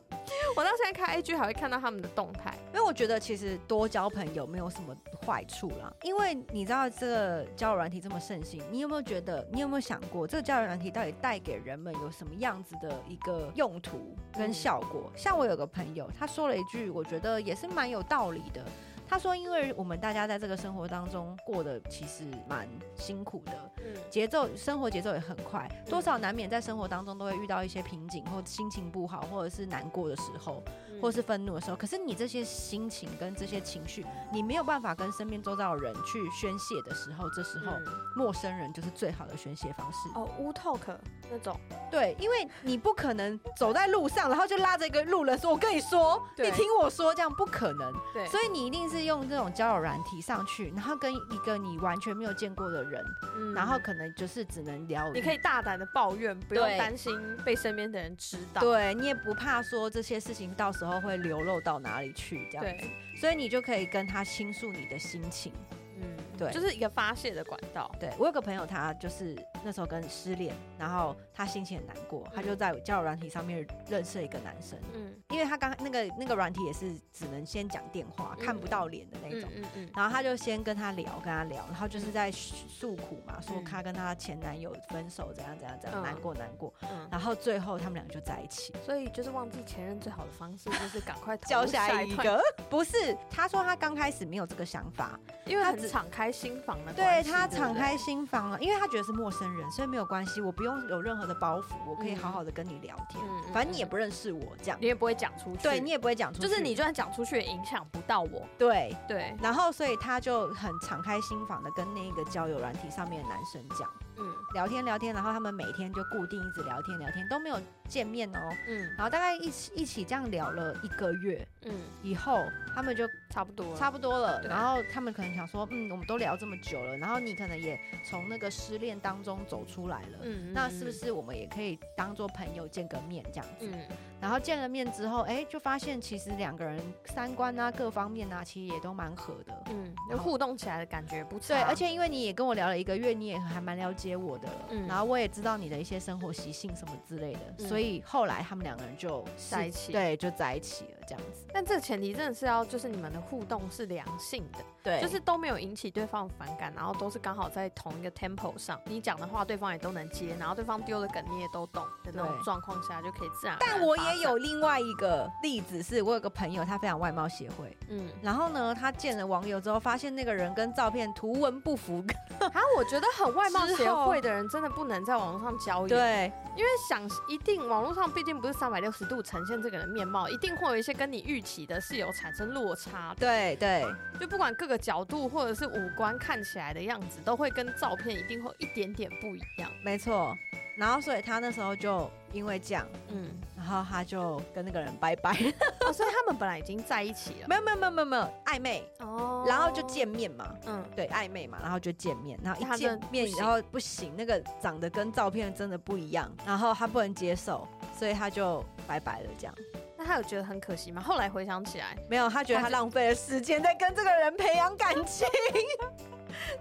S3: 我到现在开 IG 还会看到他们的动态。
S2: 因为我觉得其实多交朋友没有什么坏处啦，因为你知道这个交友软体这么盛行，你有没有觉得，你有没有想过这个交友软体到底带给人们有什么样子的一个用途跟效果？像我有个朋友，他说了一句，我觉得也是蛮有道理的。他说，因为我们大家在这个生活当中过得其实蛮辛苦的，
S3: 嗯
S2: 节奏生活节奏也很快，多少难免在生活当中都会遇到一些瓶颈，或心情不好，或者是难过的时候。
S3: 嗯
S2: 或是愤怒的时候，可是你这些心情跟这些情绪，你没有办法跟身边周遭的人去宣泄的时候，这时候、陌生人就是最好的宣泄方式。
S3: 嗯哦乌 talk 那种，
S2: 对，因为你不可能走在路上，然后就拉着一个路人说：“我跟你说，
S3: 对
S2: 你听我说。”这样不可能。
S3: 对
S2: 所以你一定是用这种交友软体上去，然后跟一个你完全没有见过的人，
S3: 嗯
S2: 然后可能就是只能聊。
S3: 你可以大胆的抱怨，不用
S2: 对
S3: 担心被身边的人知道。
S2: 对你也不怕说这些事情到时候会流露到哪里去，这样
S3: 对
S2: 子。所以你就可以跟他倾诉你的心情。
S3: 嗯，
S2: 对
S3: 就是一个发泄的管道。
S2: 对我有个朋友，他就是那时候跟失恋，然后他心情很难过，他就在交友软体上面认识了一个男生，
S3: 嗯，
S2: 因为他刚那个那个软体也是只能先讲电话，看不到脸的那种。
S3: 嗯嗯
S2: 然后他就先跟他聊，跟他聊，然后就是在诉苦嘛，说
S3: 嗯
S2: 他跟他前男友分手，怎样怎样怎样，
S3: 嗯
S2: 难过难过。
S3: 嗯
S2: 然后最后他们俩就在一起。
S3: 所以就是忘记前任最好的方式就是赶快投入
S2: 交下一
S3: 一段，
S2: 个 *laughs* 不是，他说他刚开始没有这个想法，
S3: 因为
S2: 他
S3: 很
S2: 只
S3: 敞开心房的
S2: 对
S3: 关系。
S2: 他
S3: 不
S2: 敞开心房了，因为他觉得是陌生生人，所以没有关系，我不用有任何的包袱，我可以好好的跟你聊天，
S3: 嗯嗯
S2: 反正你也不认识我，这样
S3: 你，也不会讲出去，
S2: 对你也不会讲出去，
S3: 就是你就算讲出去，也影响不到我。
S2: 对。
S3: 对，
S2: 然后，所以他就很敞开心房的跟那个交友软体上面的男生讲
S3: 嗯
S2: 聊天聊天，然后他们每天就固定一直聊天聊天，都没有见面哦。
S3: 嗯
S2: 然后大概一起一起这样聊了一个月
S3: 嗯，
S2: 以后，他们就
S3: 差不多了，
S2: 差不多了。
S3: 对
S2: 然后他们可能想说，嗯，我们都聊这么久了，然后你可能也从那个失恋当中走出来了，
S3: 嗯，嗯
S2: 那是不？是我们也可以当做朋友见个面这样子？
S3: 嗯
S2: 然后见了面之后，哎，就发现其实两个人三观啊各方面啊，其实也都蛮合的。
S3: 嗯，
S2: 然
S3: 就
S2: 后
S3: 互动起来的感觉不错。
S2: 对，而且因为你也跟我聊了一个月，你也还蛮了解我的，
S3: 嗯
S2: 然后我也知道你的一些生活习性什么之类的，
S3: 嗯
S2: 所以后来他们两个人就
S3: 在一起
S2: 对，就在一起了这样子。
S3: 但这个前提真的是要，就是你们的互动是良性的，
S2: 对
S3: 就
S2: 就是
S3: 是都没有引起对方反感，然后都是刚好在同一个 tempo 上，你讲的话对方也都能接，然后对方丢的梗你也都懂的那种
S2: 对
S3: 状况下，就可以自然而然发展。
S2: 但我也有另外一个例子是，我有个朋友，他非常外貌协会。
S3: *laughs* 嗯，
S2: 然后呢，他见了网友之后，发现那个人跟照片图文不符。 *laughs*
S3: 啊，我觉得很外貌
S2: 之
S3: 协
S2: 后
S3: 会的人真的不能在网络上交友，，
S2: 对，
S3: 因为想一定网络上毕竟不是三百六十度呈现这个人面貌，一定会有一些跟你预期的是有产生落差的，
S2: 对对
S3: 就不管各个角度或者是五官看起来的样子，都会跟照片一定会有一点点不一样。
S2: 没错。然后，所以他那时候就因为这样，
S3: 嗯，
S2: 然后他就跟那个人拜 *laughs* 拜。
S3: 哦，所以他们本来已经在一起了，
S2: 没有没有没有没有没有暧昧，
S3: 哦
S2: 然后就见，面嘛。
S3: 嗯，
S2: 对暧昧嘛，然后就见面，然后
S3: 他
S2: 一
S3: 真
S2: 见
S3: 的
S2: 面
S3: 不，行
S2: 然后不行，那个长得跟照片真的不一样，然后他不能接受，所以他就拜拜了。这样
S3: 那他有觉得很可惜吗？后来回想起来， *laughs*
S2: 没有，他觉得
S3: 他
S2: 他
S3: 就
S2: 浪费了时间在跟这个人培养感情。 *laughs*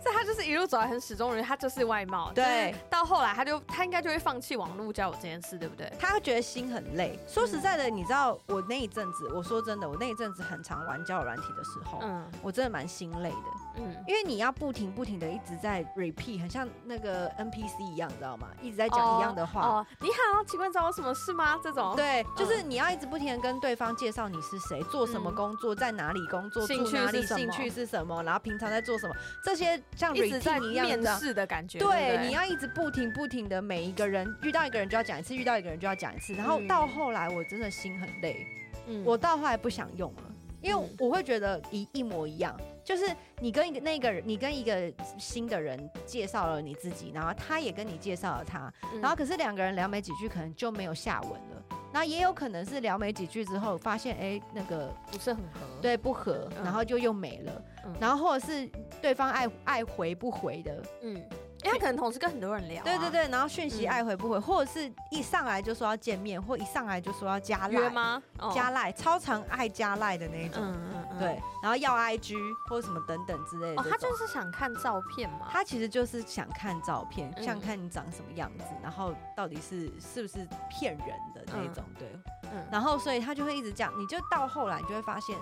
S3: 这他就是一路走来很始终如一，他就是外貌，
S2: 对，
S3: 到后来他就他应该就会放弃网络交友这件事，对不对？
S2: 他觉得心很累。说实在的，你知道我那一阵子，我说真的，我那一阵子很常玩交友软体的时候，
S3: 嗯
S2: 我真的蛮心累的，
S3: 嗯，
S2: 因为你要不停不停的一直在 repeat，很像那个 NPC 一样，你知道吗？一直在讲一样的话。
S3: 哦，嗯你好，请问找我什么事吗？这种
S2: 对，就是你要一直不停的跟对方介绍你是谁，做什么
S3: 嗯
S2: 工作，在哪里工作，
S3: 兴
S2: 住
S3: 趣
S2: 哪
S3: 是
S2: 里，
S3: 什么
S2: 兴趣是什么，然后平常在做什么，这些像
S3: 一直在
S2: routine 一样
S3: 面
S2: 的。
S3: 试的感觉，对不对，
S2: 对，你要一直不停不停的，每一个人遇到一个人就要讲一次，遇到一个人就要讲一次，然后
S3: 嗯
S2: 到后来我真的心很累，
S3: 嗯
S2: 我到后来不想用了，因为
S3: 嗯
S2: 我会觉得一一模一样，就是你跟一个那个人，你跟一个新的人介绍了你自己，然后他也跟你介绍了他，
S3: 嗯
S2: 然后可是两个人聊没几句，可能就没有下文了。然后也有可能是聊没几句之后，发现哎、诶那个
S3: 不是很合，
S2: 对不合，
S3: 嗯
S2: 然后就又没了。
S3: 嗯
S2: 然后或者是对方爱爱回不回的，
S3: 嗯，因为他可能同时跟很多人聊啊，
S2: 对对对，然后讯息
S3: 嗯
S2: 爱回不回，或者是一上来就说要见面，或一上来就说要加赖
S3: 约吗？哦
S2: 加赖，超常爱加赖的那种。
S3: 嗯嗯嗯，
S2: 对，然后要 IG 或什么等等之类
S3: 哦，
S2: 的这
S3: 他
S2: 种
S3: 就是想看照片嘛，
S2: 他其实就是想看照片，
S3: 嗯
S2: 想看你长什么样子，然后到底是是不是骗人的那种，对。
S3: 嗯
S2: 然后所以他就会一直这样，你就到后来你就会发现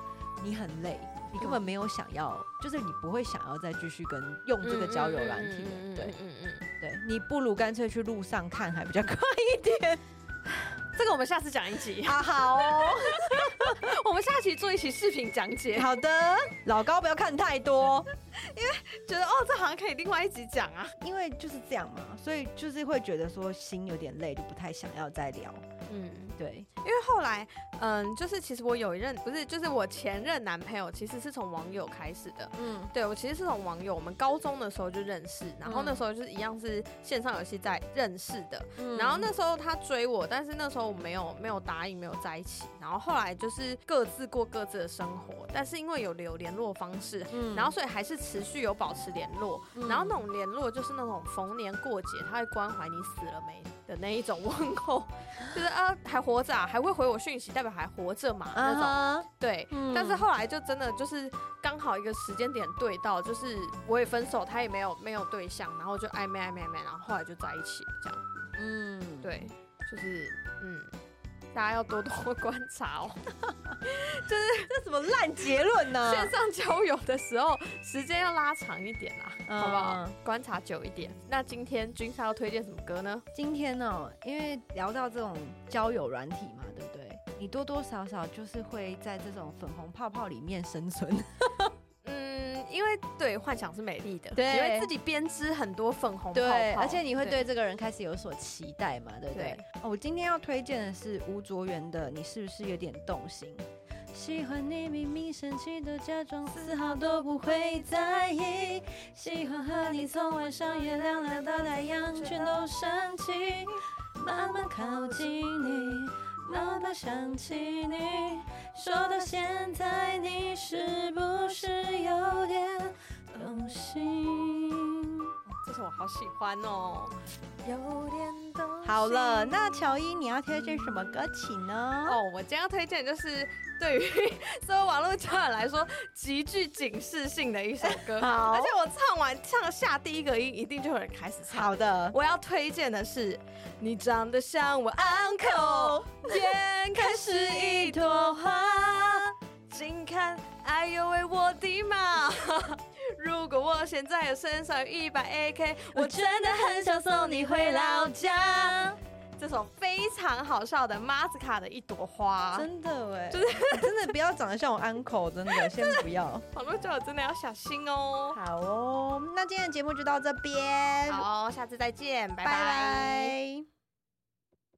S2: 你很累，你
S3: 嗯
S2: 根本没有想要，就是你不会想要再继续跟用这个交友软体了，
S3: 嗯嗯嗯嗯嗯嗯
S2: 对
S3: 嗯嗯嗯，
S2: 对，你不如干脆去路上看还比较快一
S3: 这个我们下次讲一集。
S2: *laughs* 点。啊，好哦，
S3: *laughs* 我们下期做一期视频讲
S2: *laughs*
S3: 解，
S2: 好的，老高不要看太多，
S3: 觉得哦，这好像可以另外一集讲啊。
S2: 因为就是这样嘛，所以就是会觉得说心有点累，就不太想要再聊，
S3: 嗯，
S2: 对，
S3: 因为后来，嗯，就是其实我有一任不是，就是我前任男朋友其实是从网友开始的。
S2: 嗯
S3: 对，我其实是从网友，我们高中的时候就认识，然后那时候就是一样是线上游戏在认识的，
S2: 嗯
S3: 然后那时候他追我，但是那时候我没有没有答应，没有在一起，然后后来就是各自过各自的生活，但是因为有留联络方式，
S2: 嗯
S3: 然后所以还是持续有保持联络，
S2: 嗯
S3: 然后那种联络就是那种逢年过节他会关怀你死了没的那一种问候，就是啊还活着啊，还会回我讯息，代表还活着嘛那种。
S2: 啊哈，
S3: 对，
S2: 嗯
S3: 但是后来就真的就是刚好一个时间点对到，就是我也分手，他也没有没有对象，然后就暧昧暧昧暧昧，然后后来就在一起了这样。
S2: 嗯，
S3: 对，就是嗯，大家要多多 *laughs* 观察哦。
S2: 这什么烂结论呢、 *laughs*
S3: 线上交友的时候，时间要拉长一点啦，
S2: 嗯
S3: 好不好？观察久一点。那今天君莎要推荐什么歌呢？
S2: 今天呢、因为聊到这种交友软体嘛，对不对？你多多少少就是会在这种粉红泡泡里面生存。
S3: 嗯，因因为对幻想是美丽的，
S2: 对
S3: 你会自己编织很多粉红泡泡，
S2: 对，而且你会对
S3: 对
S2: 这个人开始有所期待嘛，对不对
S3: 对？
S2: 哦，我今天要推荐的是吴卓源的《你是不是有点动心》。喜欢你明明生气的假装丝毫都不会在意，喜欢和你从晚上月亮聊到太阳全都升起，慢慢靠近你，慢慢想起你。说到现在，你是不是有点动心？
S3: 这首我好喜欢哦，有点动
S2: 好了，
S3: 心
S2: 那乔伊，你要推荐什么歌曲呢？
S3: 哦，我今天要推荐的就是对于 *laughs* 所有网络交友来说极具警示性的一首歌，
S2: 好
S3: 而且我唱完唱下第一个音，一定就有人开始唱。
S2: 好的，
S3: 我要推荐的是，你长得像我 *laughs* uncle，眼看是一朵花，近看，哎呦喂，我的妈！ *laughs* 如果我现在有身上有一把 AK，我真的很想送你回老家。这首非常好笑的马斯卡的一朵花，
S2: *laughs* 真的哎，
S3: 就是
S2: 你真的不要长得像我 uncle，真的先不要。
S3: 网络交友真的要小心哦。
S2: 好哦，那今天的节目就到这边，
S3: 好，下次再见，拜
S2: 拜拜